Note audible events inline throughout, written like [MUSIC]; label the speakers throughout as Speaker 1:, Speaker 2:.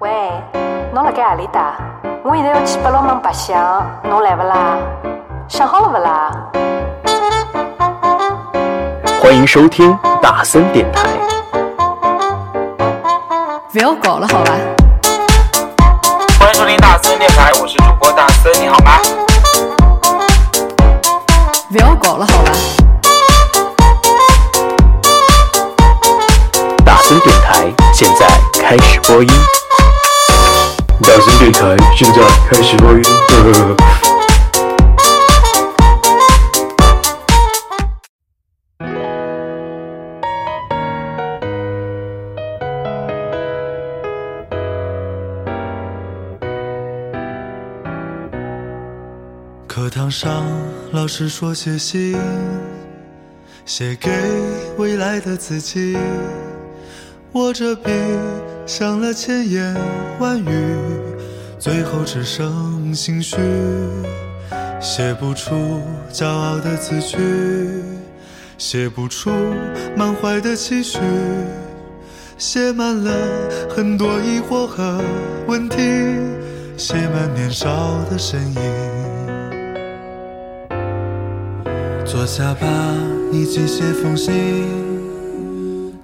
Speaker 1: 喂，侬辣盖何里搭？我现在要去八龙门白相，侬来勿啦？想好了勿啦？
Speaker 2: 欢迎收听大森电台。
Speaker 3: 不要搞了，好吧？
Speaker 4: 欢迎收听大森电台，我是主播大森，你好吗？
Speaker 3: 不要搞了，好吧？
Speaker 2: 大森电台现在开始播音。大森电台现在开始播音。
Speaker 5: 课堂上，老师说写信，写给未来的自己。握着笔，想了千言万语，最后只剩心虚，写不出骄傲的字句，写不出满怀的期许，写满了很多疑惑和问题，写满年少的身影。坐下吧，一起写封信，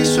Speaker 5: 翼学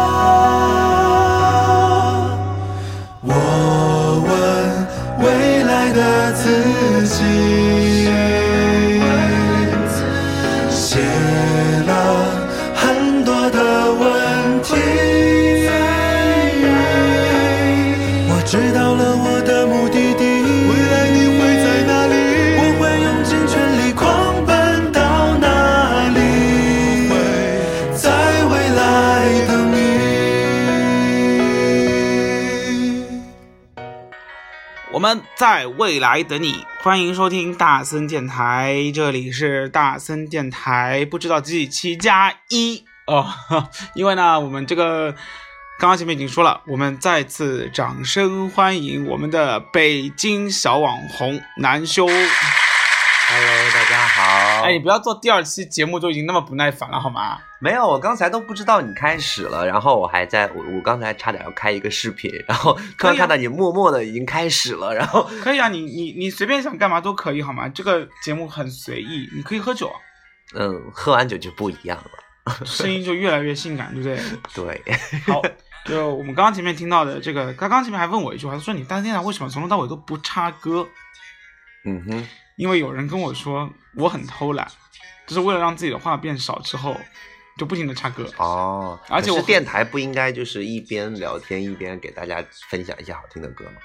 Speaker 5: 我问未来的自己，写了很多的问题。我知道了我的目的地，未来你会在哪里？我会用尽全力狂奔到哪里？我会在未来等你。
Speaker 4: 我们在未来等你，欢迎收听大森电台，这里是大森电台，不知道几期加一哦， [LAUGHS] 因为呢，我们这个刚刚前面已经说了，我们再次掌声欢迎我们的北京小网红南兄。
Speaker 6: Hello，大家好。
Speaker 4: 哎，你不要做第二期节目就已经那么不耐烦了好吗？
Speaker 6: 没有，我刚才都不知道你开始了，然后我还在我我刚才差点要开一个视频， [LAUGHS] 然后突
Speaker 4: 可
Speaker 6: 然
Speaker 4: 以啊
Speaker 6: 看到你默默的已经开始了，然后
Speaker 4: 可以啊，你你你随便想干嘛都可以好吗？这个节目很随意，你可以喝酒，
Speaker 6: 嗯，喝完酒就不一样了。
Speaker 4: 声音就越来越性感，对不对？
Speaker 6: 对， [LAUGHS]
Speaker 4: 好，就我们刚刚前面听到的这个，他刚刚前面还问我一句话，他说你单电台啊为什么从头到尾都不插歌？
Speaker 6: 嗯哼，
Speaker 4: 因为有人跟我说我很偷懒，就是为了让自己的话变少之后，就不停的插歌。
Speaker 6: 哦，
Speaker 4: 而且我
Speaker 6: 可是电台不应该就是一边聊天一边给大家分享一些好听的歌吗？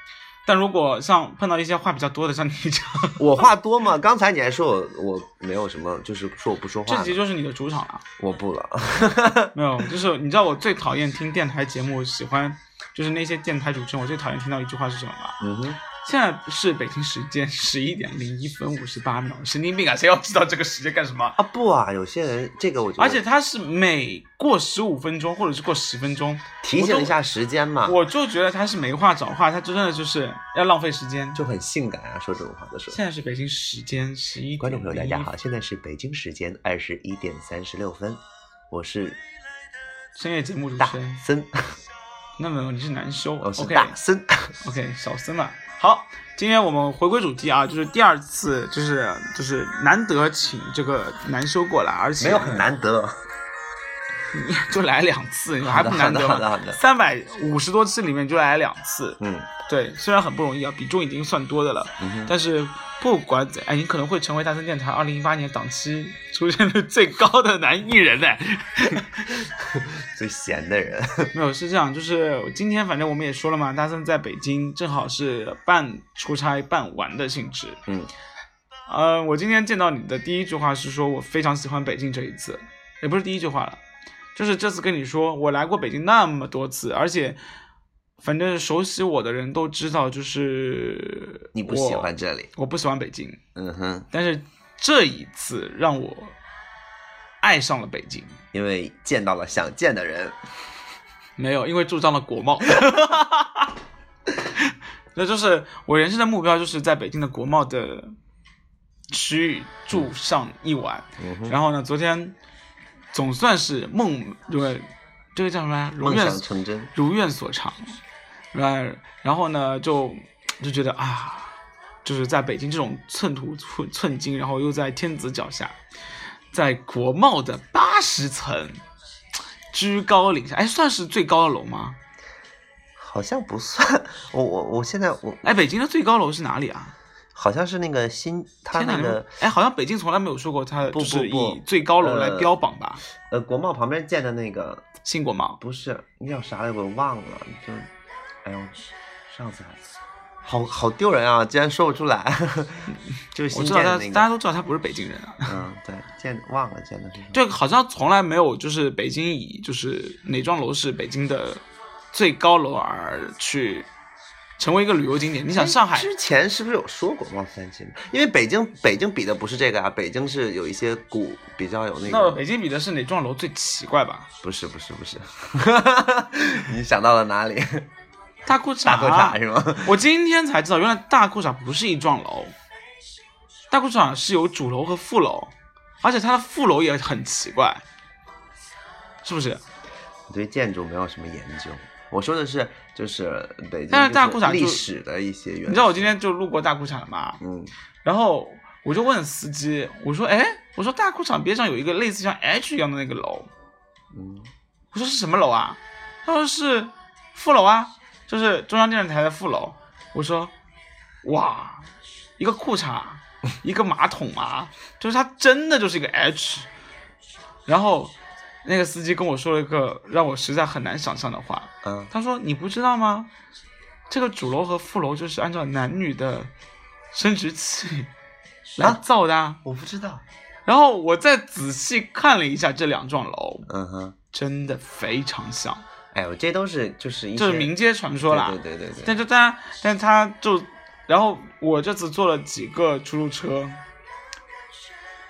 Speaker 4: 但如果像碰到一些话比较多的，像你这样， [LAUGHS]
Speaker 6: 我话多吗？ [LAUGHS] 刚才你还说我我没有什么，就是说我不说
Speaker 4: 这
Speaker 6: 话
Speaker 4: 集
Speaker 6: 呢，
Speaker 4: 就是你的主场了。
Speaker 6: 我不了。 [LAUGHS]
Speaker 4: 没有，就是你知道我最讨厌听电台节目，喜欢就是那些电台主持人，我最讨厌听到一句话是什么吗？
Speaker 6: 嗯哼，
Speaker 4: 现在是北京时间十一点零一分五十八秒，神经病啊！谁要知道这个时间干什么？
Speaker 6: 啊不啊，有些人这个我觉得，
Speaker 4: 而且他是每过十五分钟或者是过十分钟
Speaker 6: 提醒一下时间啊嘛，
Speaker 4: 我就觉得他是没话找话，他真的就是要浪费时间。
Speaker 6: 就很性感啊，说这种话的时候。
Speaker 4: 现在是北京时间十一点，
Speaker 6: 观众朋友，大家好，，现在是北京时间二十一点三十六分，我是
Speaker 4: 深夜节目主
Speaker 6: 大
Speaker 4: 持人，
Speaker 6: 森，
Speaker 4: 那么你是难修
Speaker 6: 我是
Speaker 4: ，OK
Speaker 6: 大森。
Speaker 4: OK 小森了。好，今天我们回归主题啊，就是第二次，就是就是难得请这个难修过来，而且
Speaker 6: 没有很难得，
Speaker 4: 你就来两次，你还
Speaker 6: 好的
Speaker 4: 不难得
Speaker 6: 好的好的好
Speaker 4: 吗？
Speaker 6: 的
Speaker 4: 三百五十多次里面就来两次，
Speaker 6: 嗯，
Speaker 4: 对，虽然很不容易啊，比重已经算多的了，但是不管怎，哎，你可能会成为大森电台二零一八年档期出现率最高的男艺人呢。哎
Speaker 6: 最闲的人，
Speaker 4: [LAUGHS] 没有，是这样，就是今天反正我们也说了嘛，大森在北京正好是半出差半玩的性质。
Speaker 6: 嗯，
Speaker 4: 呃，我今天见到你的第一句话是说我非常喜欢北京这一次，也不是第一句话了，就是这次跟你说我来过北京那么多次，而且反正熟悉我的人都知道，就是
Speaker 6: 你不喜
Speaker 4: 我
Speaker 6: 欢这里，
Speaker 4: 我不喜欢北京，
Speaker 6: 嗯哼，
Speaker 4: 但是这一次让我爱上了北京。
Speaker 6: 因为见到了想见的人，
Speaker 4: 没有，因为住上了国贸。那就是我人生的目标，就是在北京的国贸的区域住上一晚。
Speaker 6: 嗯
Speaker 4: 然后呢，昨天总算是梦，呃，这个叫什么啊来？如
Speaker 6: 梦
Speaker 4: 愿
Speaker 6: 想成真，
Speaker 4: 如愿所偿。然然后呢，就就觉得啊，就是在北京这种寸土寸寸金，然后又在天子脚下，在国贸的八十层，居高临下，哎，算是最高的楼吗？
Speaker 6: 好像不算， [LAUGHS] 我我我现在我
Speaker 4: 哎，北京的最高楼是哪里啊？
Speaker 6: 好像是那个新他
Speaker 4: 天哪
Speaker 6: 那
Speaker 4: 你们
Speaker 6: 个
Speaker 4: 哎，好像北京从来没有说过它
Speaker 6: 不
Speaker 4: 就是
Speaker 6: 不不
Speaker 4: 以最高楼来
Speaker 6: 呃
Speaker 4: 标榜吧？
Speaker 6: 呃国贸旁边建的那个
Speaker 4: 新国贸
Speaker 6: 不是那叫啥来着我忘了，就哎呦上次还好好丢人啊，竟然说不出来， [LAUGHS] 就是新
Speaker 4: 我知道
Speaker 6: 建
Speaker 4: 他
Speaker 6: 的，那
Speaker 4: 大家
Speaker 6: 个，
Speaker 4: 都知道他不是北京人啊。
Speaker 6: 嗯对，建忘了建的是什么，
Speaker 4: 这个好像从来没有，就是北京以就是哪幢楼是北京的最高楼而去成为一个旅游景点。你想上海，
Speaker 6: 哎之前是不是有说过望三千？因为北京北京比的不是这个啊，北京是有一些古比较有那
Speaker 4: 那
Speaker 6: 个，
Speaker 4: 北京比的是哪幢楼最奇怪吧？
Speaker 6: 不是不是不是， [LAUGHS] 你想到了哪里？ [LAUGHS]
Speaker 4: 大裤衩，
Speaker 6: 大裤
Speaker 4: 啊
Speaker 6: 衩是吗？
Speaker 4: 我今天才知道，原来大裤衩不是一幢楼，大裤衩是有主楼和副楼，而且它的副楼也很奇怪，是不是？
Speaker 6: 我对建筑没有什么研究，我说的是就是北京，
Speaker 4: 但是大裤衩就
Speaker 6: 历史的一些原因，
Speaker 4: 你知道我今天就路过大裤衩了吗？
Speaker 6: 嗯
Speaker 4: 然后我就问司机，我说：“哎，我说大裤衩边上有一个类似像 H 一样的那个楼，
Speaker 6: 嗯
Speaker 4: 我说是什么楼啊？”他说是副楼啊，就是中央电视台的副楼。我说：“哇，一个裤衩，一个马桶啊，就是它真的就是一个 H。”然后那个司机跟我说了一个让我实在很难想象的话，
Speaker 6: 嗯，
Speaker 4: 他说：“你不知道吗？这个主楼和副楼就是按照男女的生殖器来造的啊。
Speaker 6: 我不知道，
Speaker 4: 然后我再仔细看了一下这两幢楼，
Speaker 6: 嗯哼，
Speaker 4: 真的非常像，
Speaker 6: 哎呦，这都是就是一
Speaker 4: 这是
Speaker 6: 些
Speaker 4: 民间传说啦。
Speaker 6: 对对对对对，
Speaker 4: 但是他，但是他就，然后我这次坐了几个出租车，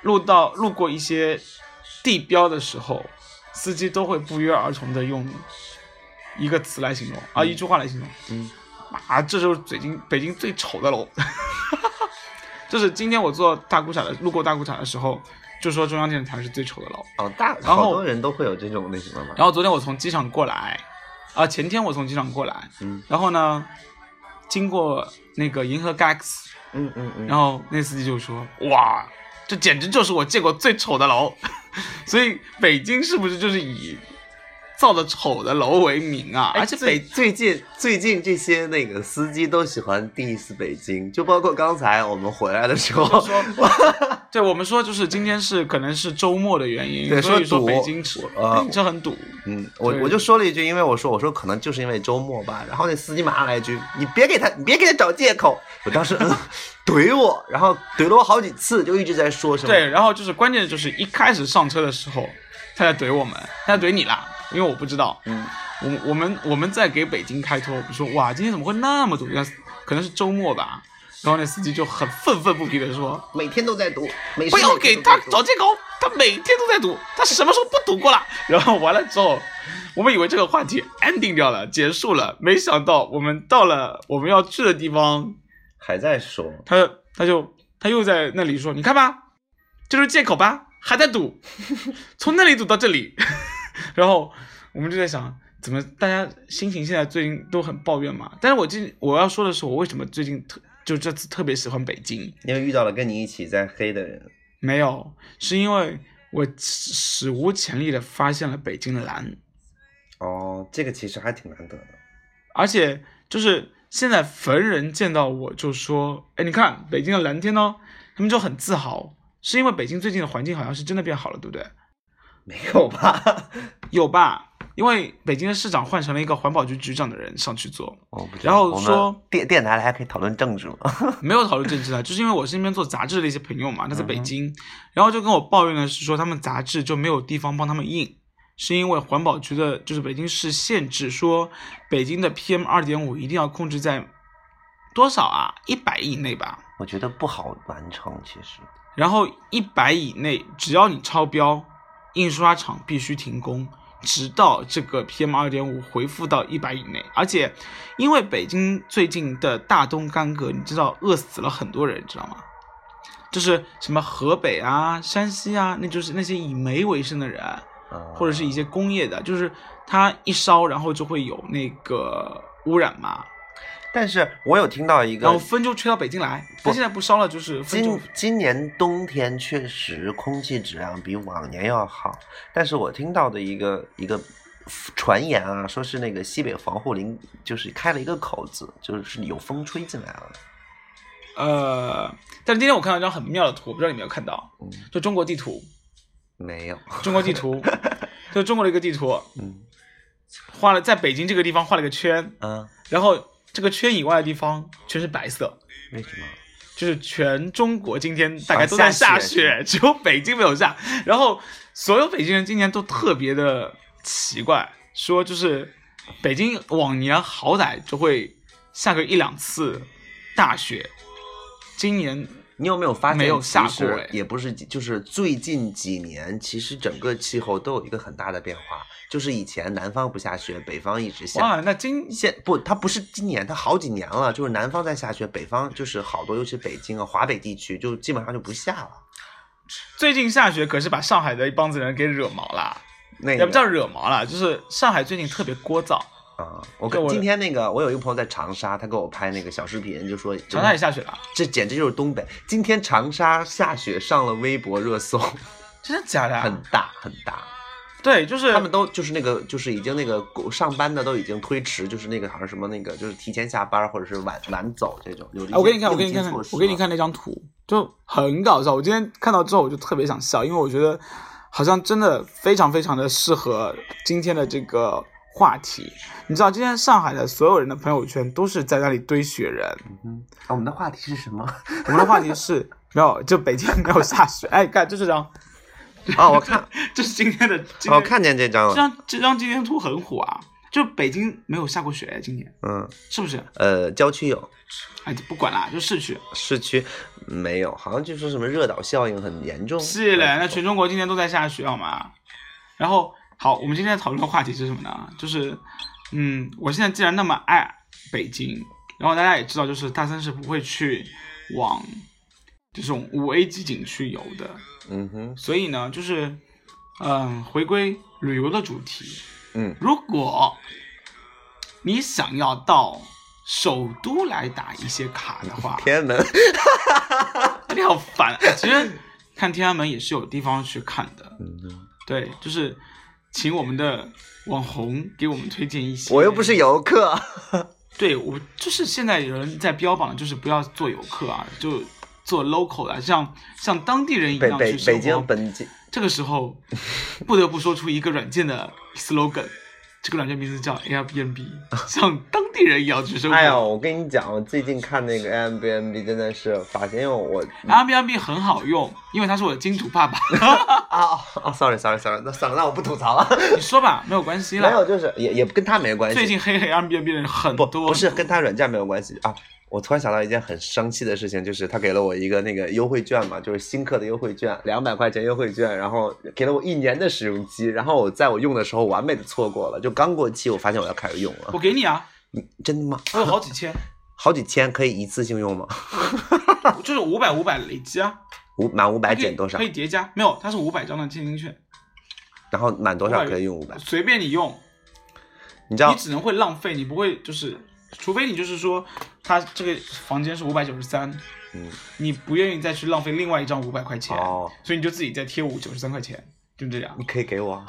Speaker 4: 路到路过一些地标的时候，司机都会不约而同的用一个词来形容啊，一句话来形容，
Speaker 6: 嗯，
Speaker 4: 啊，这就是北京北京最丑的楼。 [LAUGHS] 就是今天我坐大裤衩的路过大裤衩的时候，就说中央电视台是最丑的楼。
Speaker 6: 哦大
Speaker 4: 然后
Speaker 6: 好多人都会有这种那什么嘛，
Speaker 4: 然后昨天我从机场过来，啊，前天我从机场过来，
Speaker 6: 嗯
Speaker 4: 然后呢，经过那个银河 GAX，
Speaker 6: 嗯嗯嗯，
Speaker 4: 然后那司机就说：“哇，这简直就是我见过最丑的楼。” [LAUGHS] 所以北京是不是就是以造的丑的楼为名啊？而且
Speaker 6: 最
Speaker 4: 北
Speaker 6: 最近最近这些那个司机都喜欢 diss 北京，就包括刚才我们回来的时候， [LAUGHS]
Speaker 4: 对我们说就是今天是可能是周末的原因，
Speaker 6: 对
Speaker 4: 所以
Speaker 6: 说
Speaker 4: 说
Speaker 6: 堵
Speaker 4: 北京车
Speaker 6: 呃
Speaker 4: 这很堵。
Speaker 6: 嗯，我
Speaker 4: 对
Speaker 6: 我就说了一句，因为我说我说可能就是因为周末吧，然后那司机马上来一句，你别给他，你别给他找借口。我当时嗯 [LAUGHS] 怼我，然后怼了我好几次，就一直在说什么，
Speaker 4: 对，然后就是关键就是一开始上车的时候，他在怼我们，他在怼你啦，因为我不知道。嗯，我我们我们在给北京开脱，我们说哇，今天怎么会那么堵？可能是周末吧。然后那司机就很愤愤不平的 [LAUGHS] 说
Speaker 6: 每天都在读，每：“时
Speaker 4: 不要
Speaker 6: 每
Speaker 4: 给
Speaker 6: 天都
Speaker 4: 他
Speaker 6: 在读
Speaker 4: 找借口，他每天都在堵，他什么时候不堵过了？”然后完了之后，我们以为这个话题 ending 掉了，结束了，没想到我们到了我们要去的地方，
Speaker 6: 还在说，
Speaker 4: 他他就他又在那里说，你看吧，这就是借口吧，还在赌，从那里赌到这里， [LAUGHS] 然后我们就在想，怎么大家心情现在最近都很抱怨嘛？但是我今我要说的是，我为什么最近特就这次特别喜欢北京？
Speaker 6: 因为遇到了跟你一起在黑的人，
Speaker 4: 没有，是因为我史史无前例的发现了北京的蓝，
Speaker 6: 哦，这个其实还挺难得的。
Speaker 4: 而且就是现在逢人见到我就说，哎，你看北京的蓝天哦，他们就很自豪，是因为北京最近的环境好像是真的变好了，对不对？
Speaker 6: 没有吧？
Speaker 4: 有吧？因为北京的市长换成了一个环保局局长的人上去做，
Speaker 6: 我不知道
Speaker 4: 然后
Speaker 6: 我们
Speaker 4: 说
Speaker 6: 电电台来还可以讨论政治吗？
Speaker 4: 没有讨论政治的，就是因为我身边做杂志的一些朋友嘛，他在北京，然后就跟我抱怨的是说他们杂志就没有地方帮他们印，是因为环保局的，就是北京市限制说北京的 PM 二点五一定要控制在多少啊，一百以内吧，
Speaker 6: 我觉得不好完成，其实。
Speaker 4: 然后一百以内，只要你超标，印刷厂必须停工，直到这个 PM 二点五回复到一百以内。而且，因为北京最近的大冬干戈，你知道饿死了很多人，你知道吗？就是什么河北啊、山西啊，那就是那些以煤为生的人，
Speaker 6: 嗯
Speaker 4: 或者是一些工业的，就是它一烧，然后就会有那个污染嘛，
Speaker 6: 但是我有听到一
Speaker 4: 然
Speaker 6: 个，
Speaker 4: 后风就吹到北京来。它现在不烧了，就是风就
Speaker 6: 今今年冬天确实空气质量比往年要好，但是我听到的一个一个传言啊，说是那个西北防护林就是开了一个口子，就是有风吹进来了。
Speaker 4: 呃，但是今天我看到一张很妙的图，我不知道你有没有看到，
Speaker 6: 嗯
Speaker 4: 就中国地 [LAUGHS] 图，
Speaker 6: 没有，
Speaker 4: 中国地图，就中国的一个地图，
Speaker 6: 嗯
Speaker 4: 画了在北京这个地方画了个圈，
Speaker 6: 啊，
Speaker 4: 然后这个圈以外的地方全是白色，
Speaker 6: 为什么？
Speaker 4: 就是全中国今天大概都在
Speaker 6: 啊下
Speaker 4: 下
Speaker 6: 雪
Speaker 4: 雪，只有北京没有下。然后所有北京人今年都特别的奇怪，说就是北京往年好歹就会下个一两次大雪，今年
Speaker 6: 你有没有发现，
Speaker 4: 没有下过
Speaker 6: 其实
Speaker 4: 哎
Speaker 6: 也不是几，就是最近几年，其实整个气候都有一个很大的变化。就是以前南方不下雪，北方一直下。
Speaker 4: 哇，那今
Speaker 6: 现不，它不是今年，它好几年了，就是南方在下雪，北方就是好多，尤其北京啊、华北地区，就基本上就不下了。
Speaker 4: 最近下雪可是把上海的一帮子人给惹毛了，
Speaker 6: 那个
Speaker 4: 也不叫惹毛了，就是上海最近特别聒噪，
Speaker 6: 啊、我
Speaker 4: 对
Speaker 6: 跟
Speaker 4: 我
Speaker 6: 今天那个，我有一个朋友在长沙，他给我拍那个小视频，就说
Speaker 4: 长沙也下雪了，
Speaker 6: 这简直就是东北。今天长沙下雪上了微博热
Speaker 4: [LAUGHS]
Speaker 6: 搜，
Speaker 4: 真的假的
Speaker 6: 很
Speaker 4: 啊？
Speaker 6: 大很大。
Speaker 4: 对，就是
Speaker 6: 他们都就是那个，就是已经那个上班的都已经推迟，就是那个好像什么那个，就是提前下班或者是晚晚走这种。有
Speaker 4: 哎，我给你看，我给你看，我给你
Speaker 6: 看。
Speaker 4: 看那张图，就很搞笑。我今天看到之后，我就特别想笑，因为我觉得好像真的非常非常的适合今天的这个话题。你知道，今天上海的所有人的朋友圈都是在那里堆雪人。
Speaker 6: 啊，我们的话题是什么？
Speaker 4: 我们的话题是没有，就北京没有下
Speaker 6: [LAUGHS]
Speaker 4: 雪。哎，看，就这张，
Speaker 6: 啊，我看，哦
Speaker 4: 这是今天的， [LAUGHS] 今
Speaker 6: 我
Speaker 4: 天
Speaker 6: 看见这张
Speaker 4: 这
Speaker 6: 了。
Speaker 4: 张这张今天图很火啊，就北京没有下过雪，今年
Speaker 6: 嗯，
Speaker 4: 是不是？
Speaker 6: 呃，郊区有，
Speaker 4: 哎，不管啦，就市区。
Speaker 6: 市区没有，好像据说什么热岛效应很严重。嗯
Speaker 4: 是嘞，那全中国今年都在下雪，好吗？然后，好，我们今天讨论的话题是什么呢？就是，嗯，我现在既然那么爱北京，然后大家也知道，就是大森是不会去往这种五 A 级景区游的，
Speaker 6: 嗯哼，
Speaker 4: 所以呢，就是，嗯，回归旅游的主题，
Speaker 6: 嗯，
Speaker 4: 如果你想要到首都来打一些卡的话，
Speaker 6: [LAUGHS] 天安门，
Speaker 4: 你好烦。啊其实看天安门也是有地方去看的，
Speaker 6: 嗯
Speaker 4: 对，就是请我们的网红给我们推荐一些。
Speaker 6: 我又不是游客。
Speaker 4: 对我就是现在有人在标榜，就是不要做游客啊，就做 local 的，像像当地人一
Speaker 6: 北
Speaker 4: 样
Speaker 6: 北
Speaker 4: 去
Speaker 6: 北
Speaker 4: 生活。
Speaker 6: 京本地，
Speaker 4: 这个时候不得不说出一个软件的 slogan。这个软件名字叫 Airbnb，像
Speaker 6: [LAUGHS]
Speaker 4: 当地人一样去生活。
Speaker 6: 哎呦，我跟你讲，我最近看那个 Airbnb 真的是发现，因为
Speaker 4: [LAUGHS]
Speaker 6: 我
Speaker 4: Airbnb 很好用，因为他是我的金主
Speaker 6: [LAUGHS]
Speaker 4: 爸爸。
Speaker 6: 啊啊，sorry sorry sorry，那算了，那我不吐槽了。
Speaker 4: 你说吧，没有关系啦。
Speaker 6: 没有，就是也也跟他没关系。
Speaker 4: 最近黑黑 Airbnb 的人很
Speaker 6: 不
Speaker 4: 多，嗯
Speaker 6: 不是跟他软件没有关系啊。我突然想到一件很生气的事情，就是他给了我一个那个优惠券嘛，就是新客的优惠券，两百块钱优惠券，然后给了我一年的使用期，然后我在我用的时候完美的错过了，就刚过期，我发现我要开始用了
Speaker 4: 我。给你啊，
Speaker 6: 真的吗？
Speaker 4: 我有好几千，
Speaker 6: 好几千可以一次性用吗？
Speaker 4: 就是五百五百累积啊，
Speaker 6: 五满五百
Speaker 4: 还可以
Speaker 6: 减多少
Speaker 4: 可？以叠加，没有，它是五百张的现金券，
Speaker 6: 然后满多少可以用五百？
Speaker 4: 随便你用，
Speaker 6: 你知道
Speaker 4: 你只能会浪费，你不会就是，除非你就是说他这个房间是五百九十三，
Speaker 6: 嗯，
Speaker 4: 你不愿意再去浪费另外一张五百块钱，
Speaker 6: 哦
Speaker 4: 所以你就自己再贴五九十三块钱，就这样
Speaker 6: 你。可以给我啊，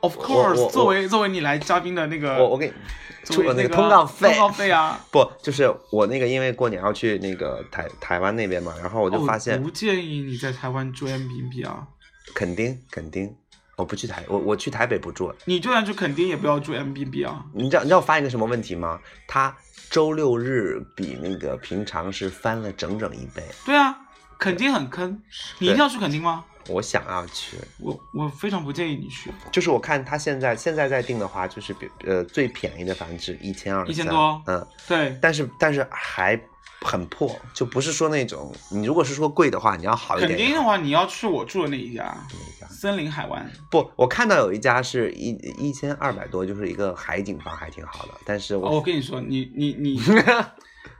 Speaker 4: Of
Speaker 6: 我
Speaker 4: course，
Speaker 6: 我
Speaker 4: 作为作为你来嘉宾的那个，
Speaker 6: 我我给你出
Speaker 4: 呃作为
Speaker 6: 了那
Speaker 4: 那
Speaker 6: 个通告费，
Speaker 4: 通告费啊。
Speaker 6: 不，就是我那个，因为过年要去那个台台湾那边嘛，然后我
Speaker 4: 哦我
Speaker 6: 就发现
Speaker 4: 不建议你在台湾住 M B B 啊，
Speaker 6: 垦丁，垦丁，我不去台，我我去台北不住。
Speaker 4: 你就算去垦丁也不要住 M B B 啊。
Speaker 6: 你知道你知道我发现一个什么问题吗？它周六日比那个平常是翻了整整一倍。
Speaker 4: 对啊，垦丁很坑，你一定要去垦丁吗？
Speaker 6: 我想要去，
Speaker 4: 我我非常不建议你去，
Speaker 6: 就是我看它现在现在在订的话，就是比呃最便宜的房子一千二，
Speaker 4: 1000多
Speaker 6: 嗯，
Speaker 4: 对，
Speaker 6: 但是但是还很破，就不是说那种你如果是说贵的话，你要好一
Speaker 4: 垦
Speaker 6: 点。
Speaker 4: 丁的话你要去我住的那一家森林海湾，
Speaker 6: 不，我看到有一家是一一千二百多，就是一个海景房，还挺好的。但是
Speaker 4: 哦，
Speaker 6: 我、
Speaker 4: 我跟你说，你你
Speaker 6: [LAUGHS]
Speaker 4: 你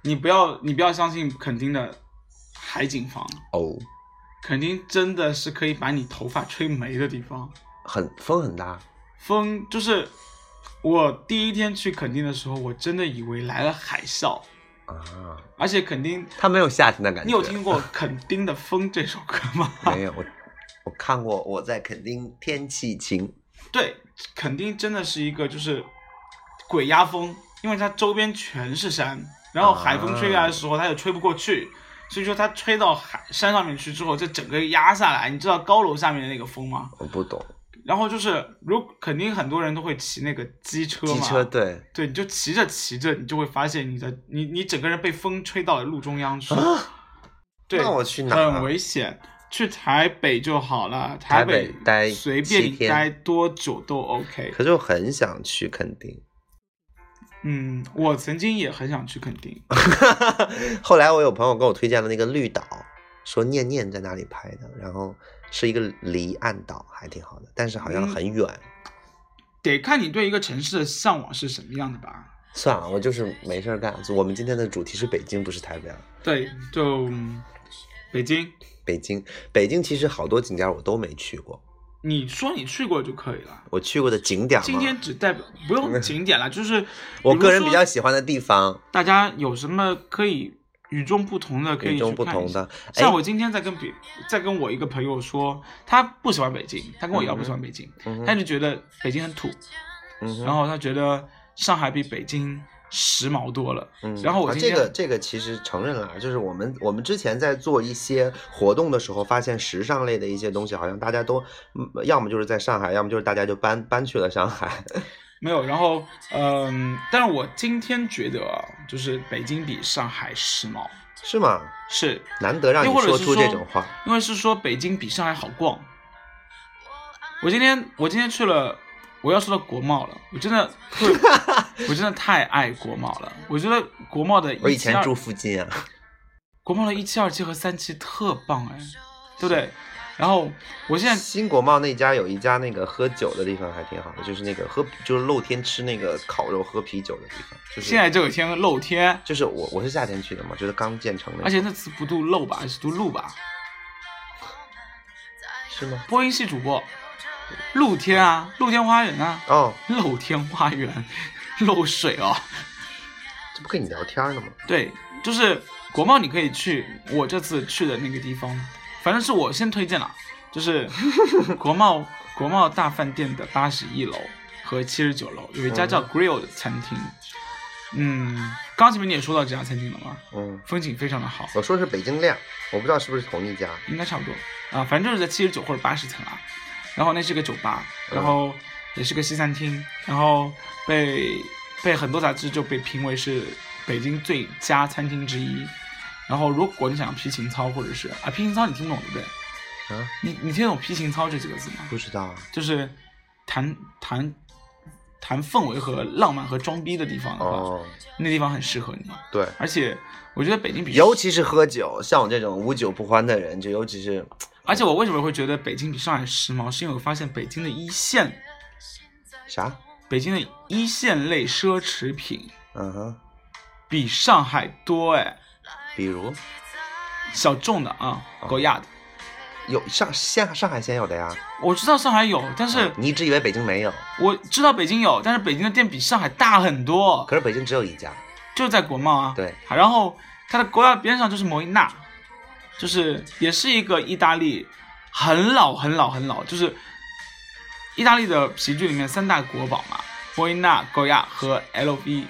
Speaker 4: 你不要你不要相信垦丁的海景房，
Speaker 6: 哦，
Speaker 4: 垦丁真的是可以把你头发吹没的地方。
Speaker 6: 很风很大，
Speaker 4: 风就是我第一天去垦丁的时候，我真的以为来了海啸，
Speaker 6: 啊，
Speaker 4: 而且垦丁，
Speaker 6: 它没有夏天的感觉。
Speaker 4: 你有
Speaker 6: [LAUGHS]
Speaker 4: 听过《垦丁的风》这首歌吗？
Speaker 6: 没有？我我看过，我在垦丁天气晴。
Speaker 4: 对，垦丁真的是一个就是鬼压风，因为它周边全是山，然后海风吹过来的时候，它也吹不过去，所以说它吹到海山上面去之后，这整个压下来，你知道高楼下面的那个风吗？
Speaker 6: 我不懂
Speaker 4: 然后就是，如肯定很多人都会骑那个机车嘛，
Speaker 6: 机车，对，
Speaker 4: 对，你就骑着骑着，你就会发现你的你你整个人被风吹到了路中央去。对，
Speaker 6: 啊那我去哪儿啊
Speaker 4: 很危险，去台北就好了。
Speaker 6: 台
Speaker 4: 北
Speaker 6: 北待
Speaker 4: 随便
Speaker 6: 七
Speaker 4: 你
Speaker 6: 天
Speaker 4: 待多久都 OK。
Speaker 6: 可是我很想去垦丁。 [LAUGHS]
Speaker 4: 嗯，我曾经也很想去垦
Speaker 6: [LAUGHS]
Speaker 4: 丁，
Speaker 6: 后来我有朋友跟我推荐了那个绿岛，说念念在那里拍的，然后是一个离岸岛，还挺好的，但是好
Speaker 4: 嗯
Speaker 6: 像很远。
Speaker 4: 得看你对一个城市的向往是什么样的吧。
Speaker 6: 算了，我就是没事儿干。我们今天的主题是北京，不是台北啊。
Speaker 4: 对，就嗯北京，
Speaker 6: 北京，北京其实好多景点我都没去过，
Speaker 4: 你说你去过就可以
Speaker 6: [LAUGHS]
Speaker 4: 了。
Speaker 6: 我去过的景点嘛，
Speaker 4: 今天只代表不用景点了，就是
Speaker 6: [LAUGHS] 我个人
Speaker 4: 比
Speaker 6: 比
Speaker 4: 如说
Speaker 6: 较喜欢的地方，
Speaker 4: 大家有什么可以与众不同的，可
Speaker 6: 与
Speaker 4: 以去
Speaker 6: 众不
Speaker 4: 看一
Speaker 6: 同
Speaker 4: 下
Speaker 6: 的。哎
Speaker 4: 像，我今天在跟别，在跟我一个朋友说，他不喜欢北京，他跟我一样不喜欢北京，他就觉得北京很土，
Speaker 6: 嗯
Speaker 4: 然
Speaker 6: 哼，
Speaker 4: 后他觉得上海比北京时髦多了。
Speaker 6: 嗯
Speaker 4: 然后我
Speaker 6: 啊
Speaker 4: 今
Speaker 6: 这
Speaker 4: 天、
Speaker 6: 个这个其实承认了，啊就是我们我们之前在做一些活动的时候，发现时尚类的一些东西，好像大家都嗯要么就是在上海，要么就是大家就搬搬去了上海。 [LAUGHS]
Speaker 4: 没有，然后嗯，但是我今天觉得啊就是北京比上海时髦，
Speaker 6: 是吗？
Speaker 4: 是
Speaker 6: 难得让你
Speaker 4: 又或者
Speaker 6: 说
Speaker 4: 是
Speaker 6: 出这
Speaker 4: 说
Speaker 6: 种话，
Speaker 4: 因为是说北京比上海好逛。我今天我今天去了，我要说到国贸了，我真的
Speaker 6: [LAUGHS]
Speaker 4: 会，我真的太爱国贸了。我觉得国贸的
Speaker 6: 我
Speaker 4: 一
Speaker 6: 以
Speaker 4: 期
Speaker 6: 前
Speaker 4: 二，
Speaker 6: 住附近啊，
Speaker 4: 国贸的一期、二期和三期特棒哎，对不对？然后我现在
Speaker 6: 新国贸那家有一家那个喝酒的地方还挺好的，就是那个喝就是露天吃那个烤肉喝啤酒的地方，就是
Speaker 4: 现在这个天露天，
Speaker 6: 就是我我是夏天去的嘛，就是刚建成的，
Speaker 4: 而且那次不读漏吧，是读路吧？
Speaker 6: 是吗？
Speaker 4: 播音系主播，露天啊，露天花园啊，
Speaker 6: 哦，
Speaker 4: 露天花园，漏水哦。
Speaker 6: 这不跟你聊天呢吗？
Speaker 4: 对，就是国贸，你可以去我这次去的那个地方，反正是我先推荐了，就是 [LAUGHS] 国贸国贸大饭店的八十一楼和七十九楼有一家叫 Grill 的餐厅。嗯，刚前面你也说到这家餐厅了吗？
Speaker 6: 嗯，
Speaker 4: 风景非常的好，
Speaker 6: 我说是北京亮，我不知道是不是同一家。
Speaker 4: 应该差不多啊，反正就是在七十九或者八十层啊。然后那是个酒吧，然后也是个西餐厅，然后被被很多杂志就被评为是北京最佳餐厅之一。然后如果你想要批情操，或者是啊批情操你听不懂对不对？
Speaker 6: 啊，
Speaker 4: 你你听得懂批情操这几个字吗？
Speaker 6: 不知道啊。
Speaker 4: 就是谈谈谈氛围和浪漫和装逼的地方的话，
Speaker 6: 哦，
Speaker 4: 那地方很适合你。
Speaker 6: 对，
Speaker 4: 而且我觉得北京比
Speaker 6: 尤其是喝酒，像我这种无酒不欢的人，就尤其是
Speaker 4: 而且我为什么会觉得北京比上海时髦，是因为我发现北京的一线，
Speaker 6: 啥？
Speaker 4: 北京的一线类奢侈品
Speaker 6: 嗯哼，
Speaker 4: 比上海多哎，
Speaker 6: 比如
Speaker 4: 小众的啊，狗亚的，
Speaker 6: 有上下上海先有的呀，
Speaker 4: 我知道上海有，但是
Speaker 6: 你一直以为北京没有，
Speaker 4: 我知道北京有，但是北京的店比上海大很多。
Speaker 6: 可是北京只有一家。
Speaker 4: 就是在国贸啊。
Speaker 6: 对，
Speaker 4: 然后它的国道边上就是摩因纳，就是也是一个意大利很老很老很老，就是意大利的皮具里面三大国宝嘛，摩因纳、狗亚和 LV，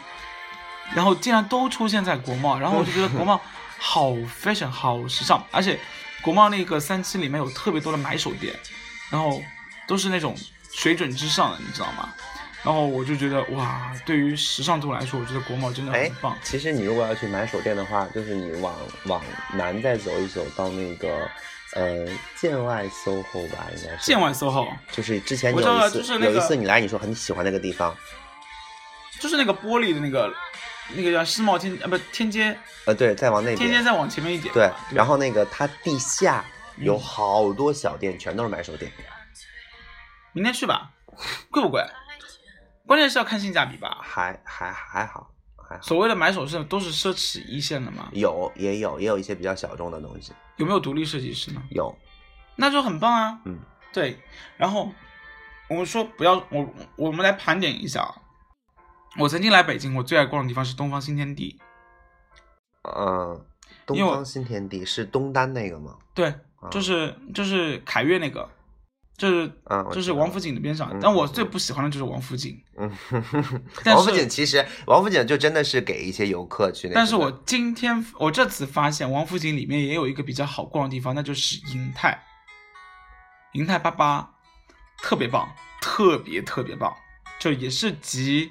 Speaker 4: 然后竟然都出现在国贸，然后我就觉得国贸好 fashion 好时尚，而且国贸那个三期里面有特别多的买手店，然后都是那种水准之上的，你知道吗？然后我就觉得哇，对于时尚度来说，我觉得国贸真的
Speaker 6: 哎
Speaker 4: 很棒。，
Speaker 6: 其实你如果要去买手店的话，就是你往往南再走一走，到那个呃建外 SOHO 吧，应该是
Speaker 4: 建外 SOHO
Speaker 6: 就是之前
Speaker 4: 我
Speaker 6: 有
Speaker 4: 知道了
Speaker 6: 一次，
Speaker 4: 就是那
Speaker 6: 有一
Speaker 4: 个
Speaker 6: 次你来，你说很喜欢那个地方，
Speaker 4: 就是那个玻璃的那个，那个叫世贸天啊，不天街，
Speaker 6: 呃，对，再往那
Speaker 4: 天街
Speaker 6: 边，
Speaker 4: 再往前面一点吧。
Speaker 6: 对，
Speaker 4: 吧
Speaker 6: 然后那个它地下有
Speaker 4: 嗯
Speaker 6: 好多小店，全都是买手店，
Speaker 4: 明天去吧，贵不贵？关键是要看性价比吧。
Speaker 6: 还还还好，还好，
Speaker 4: 所谓的买首饰都是奢侈一线的嘛，
Speaker 6: 有也有也有一些比较小众的东西，
Speaker 4: 有没有独立设计师呢？
Speaker 6: 有，
Speaker 4: 那就很棒啊。
Speaker 6: 嗯，
Speaker 4: 对。然后我们说不要我，我们来盘点一下啊。我曾经来北京，我最爱逛的地方是东方新天地。
Speaker 6: 嗯，东
Speaker 4: 因为我
Speaker 6: 方新天地是东单那个吗？ [LAUGHS]
Speaker 4: 对，
Speaker 6: 啊
Speaker 4: 就是就是凯悦那个，就是
Speaker 6: 啊我
Speaker 4: 就
Speaker 6: 知
Speaker 4: 是
Speaker 6: 道
Speaker 4: 王府井的边上
Speaker 6: 嗯。
Speaker 4: 但我
Speaker 6: 嗯
Speaker 4: 最
Speaker 6: 嗯
Speaker 4: 不喜欢的就是王府井。
Speaker 6: 嗯，
Speaker 4: 但
Speaker 6: 王府
Speaker 4: 是
Speaker 6: 井其实王府井就真的是给一些游客去那种的，
Speaker 4: 但是我今天我这次发现王府井里面也有一个比较好逛的地方，那就是银泰，银泰八八，特别棒，特别特别棒，就也是集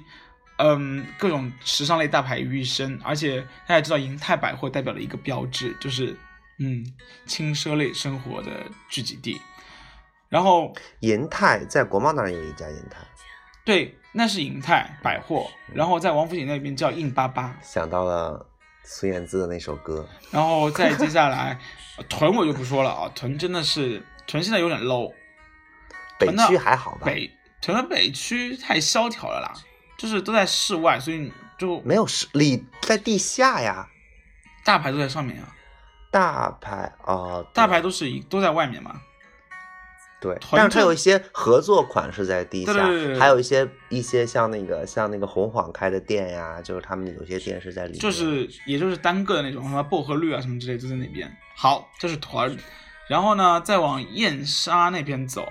Speaker 4: 嗯各种时尚类大牌于一身，而且大家也知道银泰百货代表了一个标志，就是嗯轻奢类生活的聚集地，然后
Speaker 6: 银泰在国贸那儿有一家银泰，
Speaker 4: 对，那是银泰百货，然后在王府井那边叫印八八。
Speaker 6: 想到了孙燕姿的那首歌，
Speaker 4: 然后再接下来，呃臀我就不说了啊，臀真的是臀现在有点 low，
Speaker 6: 北
Speaker 4: 哦那
Speaker 6: 区还好吧？
Speaker 4: 北臀的北区太萧条了啦，就是都在室外，所以就
Speaker 6: 没有是里在地下呀，
Speaker 4: 大牌都在上面啊，
Speaker 6: 大牌哦，
Speaker 4: 大牌
Speaker 6: 对
Speaker 4: 都是一都在外面嘛，
Speaker 6: 对，
Speaker 4: 团
Speaker 6: 但是它
Speaker 4: 队
Speaker 6: 有一些合作款是在地下，
Speaker 4: 对对对对对
Speaker 6: 还有一些一些像那个像那个红晃开的店呀，就是他们有些店是在里面，
Speaker 4: 就是也就是单个的那种，什么薄荷绿啊什么之类都在那边。好，这是屯儿，然后呢再往燕莎那边走，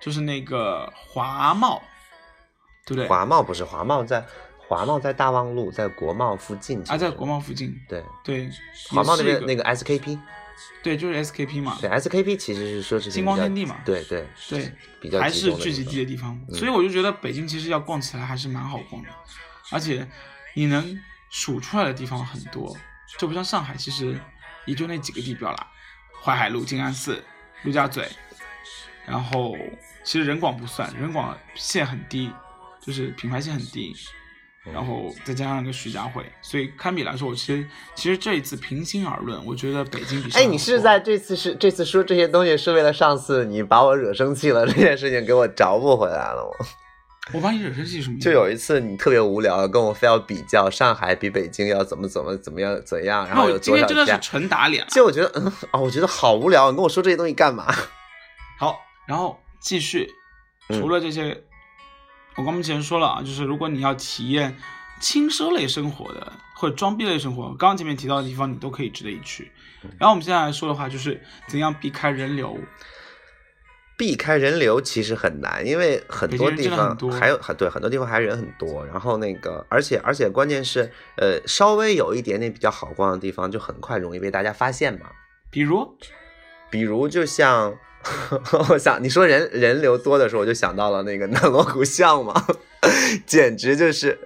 Speaker 4: 就是那个华贸，对不对？
Speaker 6: 华贸不是华贸在华贸在大望路，在国贸附近
Speaker 4: 啊，
Speaker 6: 其
Speaker 4: 在
Speaker 6: 实
Speaker 4: 国贸附近，
Speaker 6: 对。
Speaker 4: 对，也
Speaker 6: 华贸那
Speaker 4: 是一
Speaker 6: 边那个 SKP，
Speaker 4: 对，就是 SKP 嘛，
Speaker 6: 对 SKP 其实是奢侈品
Speaker 4: 星光
Speaker 6: 比较
Speaker 4: 天地嘛
Speaker 6: 对对
Speaker 4: 对，
Speaker 6: 比较
Speaker 4: 还
Speaker 6: 集
Speaker 4: 是
Speaker 6: 中的
Speaker 4: 聚
Speaker 6: 地
Speaker 4: 集
Speaker 6: 方
Speaker 4: 地的地方，
Speaker 6: 嗯
Speaker 4: 所以我就觉得北京其实要逛起来还是蛮好逛的，而且你能数出来的地方很多，就不像上海，其实也就那几个地标啦，淮海路、静安寺、陆家嘴，然后其实人广不算，人广线很低，就是品牌线很低，
Speaker 6: 嗯
Speaker 4: 然后再加上一个徐家汇，所以堪比来说，我其实其实这一次平心而论，我觉得北京比上
Speaker 6: 哎，
Speaker 4: 海
Speaker 6: 你是
Speaker 4: 好
Speaker 6: 在这次是这次说这些东西是为了上次你把我惹生气了这件事情给我找不回来了吗？
Speaker 4: 我把你惹生气是什么意思？
Speaker 6: 就有一次你特别无聊，跟我非要比较上海比北京要怎么怎么怎么样怎样，然
Speaker 4: 那
Speaker 6: 后
Speaker 4: 我
Speaker 6: 有
Speaker 4: 今
Speaker 6: 多
Speaker 4: 天
Speaker 6: 少
Speaker 4: 真的是
Speaker 6: 家。
Speaker 4: 纯打脸。
Speaker 6: 就我觉得，嗯，哦，我觉得好无聊，你跟我说这些东西干嘛？ [LAUGHS]
Speaker 4: 好，然后继续，
Speaker 6: 嗯
Speaker 4: 除了这些，我刚前说了啊，就是如果你要体验轻奢类生活的或者装逼类生活，刚刚前面提到的地方你都可以值得一去。
Speaker 6: 嗯
Speaker 4: 然后我们现在来说的话，就是怎样避开人流。
Speaker 6: 避开人流其实很难，因为很
Speaker 4: 北京
Speaker 6: 多
Speaker 4: 人
Speaker 6: 地
Speaker 4: 真的很
Speaker 6: 方
Speaker 4: 多
Speaker 6: 还有很对很多地方还人很多，然后那个而且而且关键是，呃，稍微有一点点比较好逛的地方，就很快容易被大家发现嘛。
Speaker 4: 比如，
Speaker 6: 比如就像， [LAUGHS] 我想你说人人流多的时候，我就想到了那个南锣鼓巷嘛， [LAUGHS] 简直就是，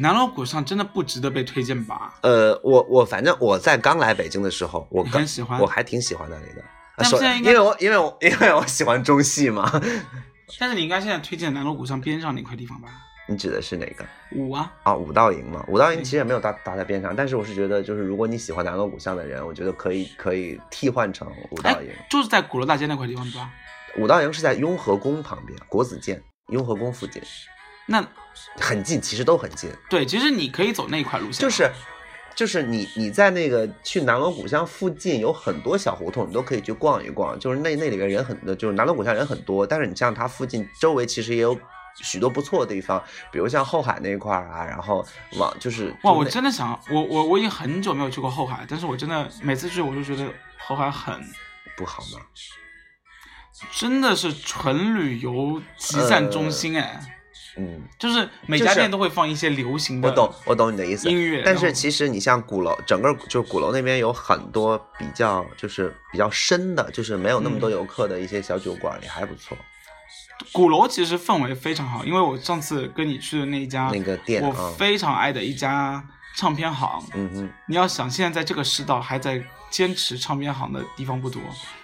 Speaker 4: 南锣鼓巷真的不值得被推荐吧？
Speaker 6: 呃，我我反正我在刚来北京的时候，我
Speaker 4: 你
Speaker 6: 刚
Speaker 4: 很喜欢
Speaker 6: 我还挺喜欢那里的。啊
Speaker 4: 但
Speaker 6: 说
Speaker 4: 现在应
Speaker 6: 因
Speaker 4: 该
Speaker 6: 为我因为我因为我喜欢中戏嘛， [LAUGHS]
Speaker 4: 但是你应该现在推荐南锣鼓巷边上那块地方吧？
Speaker 6: 你指的是哪个
Speaker 4: 五啊，
Speaker 6: 啊？五道营嘛，五道营其实也没有搭搭在边上，但是我是觉得就是如果你喜欢南锣鼓巷的人，我觉得可以可以替换成五
Speaker 4: 哎
Speaker 6: 道营。
Speaker 4: 就是在鼓楼大街那块地方对吧？
Speaker 6: 五道营是在雍和宫旁边，国子监雍和宫附近，
Speaker 4: 那
Speaker 6: 很近，其实都很近。
Speaker 4: 对，其实你可以走那一块路线，
Speaker 6: 就是就是你你在那个去南锣鼓巷附近有很多小胡同，你都可以去逛一逛。就是那那里边人很，就是南锣鼓巷人很多，但是你像它附近周围其实也有许多不错的地方，比如像后海那一块儿啊，然后往就是就
Speaker 4: 哇，我
Speaker 6: 那
Speaker 4: 真的想，我我我已经很久没有去过后海，但是我真的每次去我就觉得后海很
Speaker 6: 不好嘛。
Speaker 4: 真的是纯旅游集散中心哎，
Speaker 6: 嗯，
Speaker 4: 就是每
Speaker 6: 呃就
Speaker 4: 家
Speaker 6: 是
Speaker 4: 店都会放一些流行的，
Speaker 6: 我懂，我懂你的意思。
Speaker 4: 音乐
Speaker 6: 但
Speaker 4: 然
Speaker 6: 是
Speaker 4: 后
Speaker 6: 其实你像鼓楼，整个就是鼓楼那边有很多比较就是比较深的，就是没有那么多
Speaker 4: 嗯
Speaker 6: 游客的一些小酒馆，也还不错。
Speaker 4: 鼓楼其实氛围非常好，因为我上次跟你去的那一家
Speaker 6: 那个店
Speaker 4: 我
Speaker 6: 啊
Speaker 4: 非常爱的一家唱片行。
Speaker 6: 嗯哼，
Speaker 4: 你要想，现在在这个世道还在坚持唱片行的地方不多，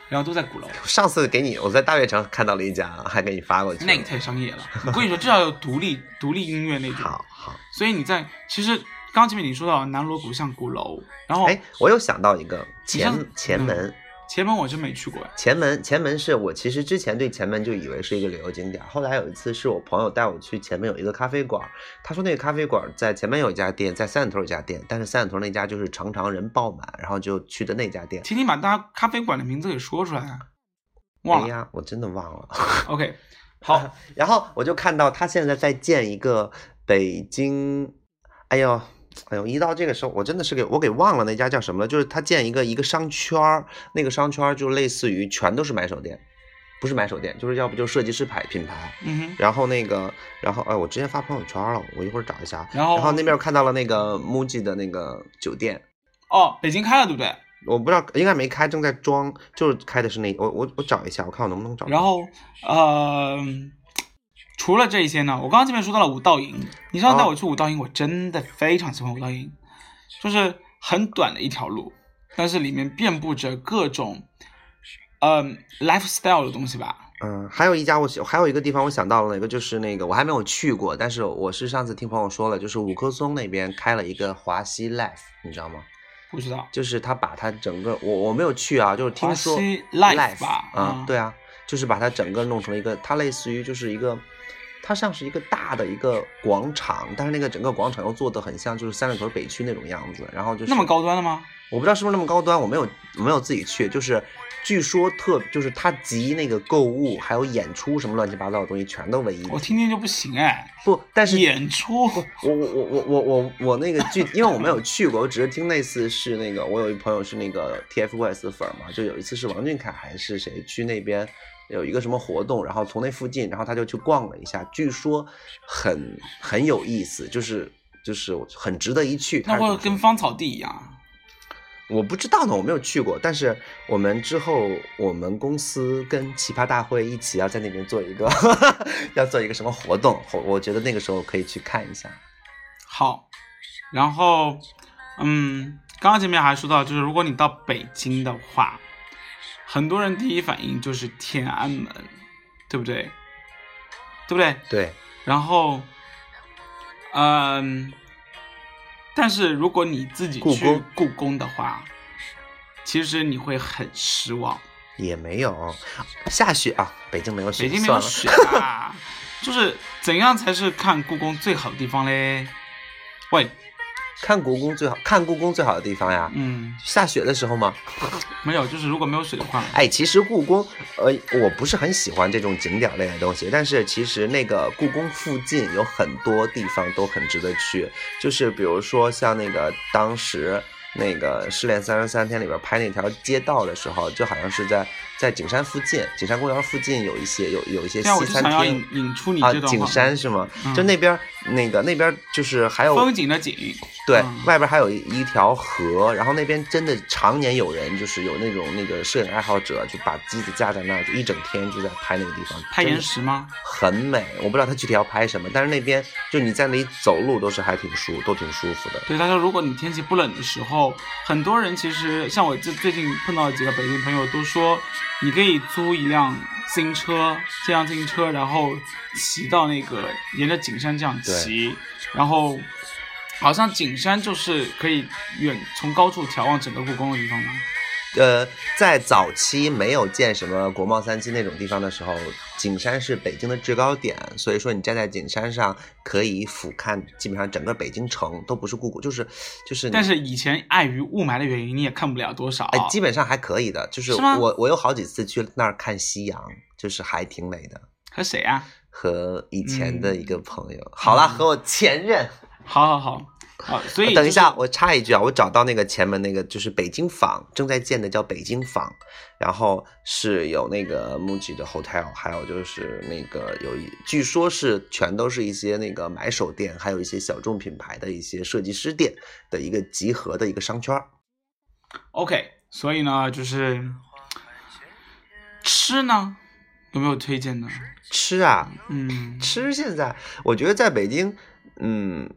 Speaker 4: 然后都在鼓楼，
Speaker 6: 上次给你我在大悦城看到了一家，还给你发过去了。
Speaker 4: 那个太商
Speaker 6: [LAUGHS]
Speaker 4: 业了。我跟你说，至少有独立独立音乐那种。
Speaker 6: 好好，
Speaker 4: 所以你在其实刚前面你说到南锣鼓巷鼓楼，然后
Speaker 6: 哎，我又想到一个
Speaker 4: 你上
Speaker 6: 前前门。
Speaker 4: 嗯前门我真没去过哎，
Speaker 6: 前门，前门是我其实之前对前门就以为是一个旅游景点，后来有一次是我朋友带我去前面有一个咖啡馆，他说那个咖啡馆在前面有一家店，在三里屯有一家店，但是三里屯那家就是常常人爆满，然后就去的那家店。
Speaker 4: 请你把大家咖啡馆的名字给说出来啊！忘
Speaker 6: 哎
Speaker 4: 了、
Speaker 6: 呀，我真的忘了。
Speaker 4: o k
Speaker 6: [LAUGHS]
Speaker 4: 好，
Speaker 6: 然后我就看到他现在在建一个北京，哎呦。哎呦，一到这个时候，我真的是给我给忘了那家叫什么了。就是他建一个一个商圈儿，那个商圈儿就类似于全都是买手店，不是买手店，就是要不就设计师牌品牌，
Speaker 4: 嗯哼，
Speaker 6: 然后那个，然后哎，我之前发朋友圈了，我一会儿找一下。
Speaker 4: 然后
Speaker 6: 那边看到了那个 MUJI 的那个酒店，
Speaker 4: 哦，北京开了对不对？
Speaker 6: 我不知道应该没开，正在装，就是开的是那我我我找一下，我看我能不能找到。
Speaker 4: 然后呃，除了这些呢，我刚刚这边说到了五道营，你
Speaker 6: 哦
Speaker 4: 上次带我去五道营，我真的非常喜欢五道营，就是很短的一条路，但是里面遍布着各种嗯、lifestyle 的东西吧。
Speaker 6: 嗯，还有一家我喜还有一个地方我想到了哪个，就是那个我还没有去过，但是我是上次听朋友说了，就是五棵松那边开了一个华西 Life，你知道吗？
Speaker 4: 不知道，
Speaker 6: 就是他把他整个我我没有去啊，就是听说
Speaker 4: 华西
Speaker 6: life
Speaker 4: Life 吧
Speaker 6: 啊、
Speaker 4: 嗯
Speaker 6: 对啊，就是把它整个弄成了一个，它类似于就是一个，它像是一个大的一个广场，但是那个整个广场又做的很像就是三里屯北区那种样子，然后就是
Speaker 4: 那么高端的吗？
Speaker 6: 我不知道是不是那么高端，我没有我没有自己去，就是据说特就是它集那个购物还有演出什么乱七八糟的东西全都为一
Speaker 4: 我听听就不行哎，
Speaker 6: 不，但是
Speaker 4: 演出
Speaker 6: 我我我我我我我那个具，因为我没有去过，我只是听那次是那个，我有一朋友是那个 TFBOYS 的粉儿嘛，就有一次是王俊凯还是谁去那边有一个什么活动，然后从那附近，然后他就去逛了一下，据说很很有意思，就是就是很值得一去。他
Speaker 4: 那
Speaker 6: 是这
Speaker 4: 会
Speaker 6: 么说
Speaker 4: 跟芳草地一样啊。
Speaker 6: 我不知道呢，我没有去过，但是我们之后我们公司跟奇葩大会一起要在那边做一个 [LAUGHS] 要做一个什么活动，我我觉得那个时候可以去看一下。
Speaker 4: 好，然后，嗯，刚刚前面还说到，就是如果你到北京的话，很多人第一反应就是天安门，对不对？对不对？
Speaker 6: 对，
Speaker 4: 然后，嗯，但是如果你自己
Speaker 6: 故
Speaker 4: 去
Speaker 6: 宫
Speaker 4: 故宫的话，其实你会很
Speaker 6: [LAUGHS]
Speaker 4: 失望。
Speaker 6: 也没有，下雪啊，北京没有雪，
Speaker 4: 北京没有
Speaker 6: 算
Speaker 4: 雪
Speaker 6: [LAUGHS]
Speaker 4: 啊，就是怎样才是看故宫最好的地方嘞？喂，
Speaker 6: 了。看故宫最好看故宫最好的地方呀，
Speaker 4: 嗯，
Speaker 6: 下雪的时候吗？
Speaker 4: 没有，就是如果没有雪的话，
Speaker 6: 哎，其实故宫，呃，我不是很喜欢这种景点类的东西，但是其实那个故宫附近有很多地方都很值得去，就是比如说像那个当时那个《失恋三十三天》里边拍那条街道的时候，就好像是在在景山附近，景山公园附近有一些有有一些
Speaker 4: 现在啊我
Speaker 6: 西
Speaker 4: 就
Speaker 6: 餐
Speaker 4: 想要
Speaker 6: 厅
Speaker 4: 引。引出你
Speaker 6: 啊
Speaker 4: 这，段
Speaker 6: 景
Speaker 4: 话，
Speaker 6: 山是吗？
Speaker 4: 嗯
Speaker 6: 就那边儿那个那边儿就是还有
Speaker 4: 风景的景，
Speaker 6: 对
Speaker 4: 嗯，
Speaker 6: 外边还有一一条河，然后那边真的常年有人，就是有那种那个摄影爱好者，就把机子架在那儿，就一整天就在拍那个地方，
Speaker 4: 拍
Speaker 6: 真
Speaker 4: 岩
Speaker 6: 的
Speaker 4: 石吗？
Speaker 6: 很美。我不知道他具体要拍什么，但是那边就你在那里走路都是还挺舒，都挺舒服的。
Speaker 4: 对，他说如果你天气不冷的时候，很多人其实像我这最近碰到的几个北京朋友都说，你可以租一辆自行车，这辆自行车然后骑到那个沿着景山这样
Speaker 6: 对
Speaker 4: 骑，然后好像景山就是可以远从高处眺望整个故宫的地方嘛。
Speaker 6: 呃，在早期没有建什么国贸三期那种地方的时候，景山是北京的制高点，所以说你站在景山上可以俯瞰基本上整个北京城，都不是故宫，就是就是你。
Speaker 4: 但是以前碍于雾霾的原因，你也看不了多少。
Speaker 6: 哎，基本上还可以的，就是
Speaker 4: 啊是吗
Speaker 6: 我我有好几次去那儿看夕阳，就是还挺美的。
Speaker 4: 和谁啊？
Speaker 6: 和以前的一
Speaker 4: 嗯
Speaker 6: 个朋友，好啦，和我前任。
Speaker 4: 好好好，好，所以、
Speaker 6: 等一下，，我插一句啊，我找到那个前门那个就是北京坊正在建的叫北京坊，然后是有那个 MUJI 的 hotel，还有就是那个有一，据说是全都是一些那个买手店，还有一些小众品牌的一些设计师店的一个集合的一个商圈儿。
Speaker 4: OK，所以呢，就是吃呢，有没有推荐的？
Speaker 6: 吃啊，
Speaker 4: 嗯，
Speaker 6: 吃现在我觉得在北京，嗯，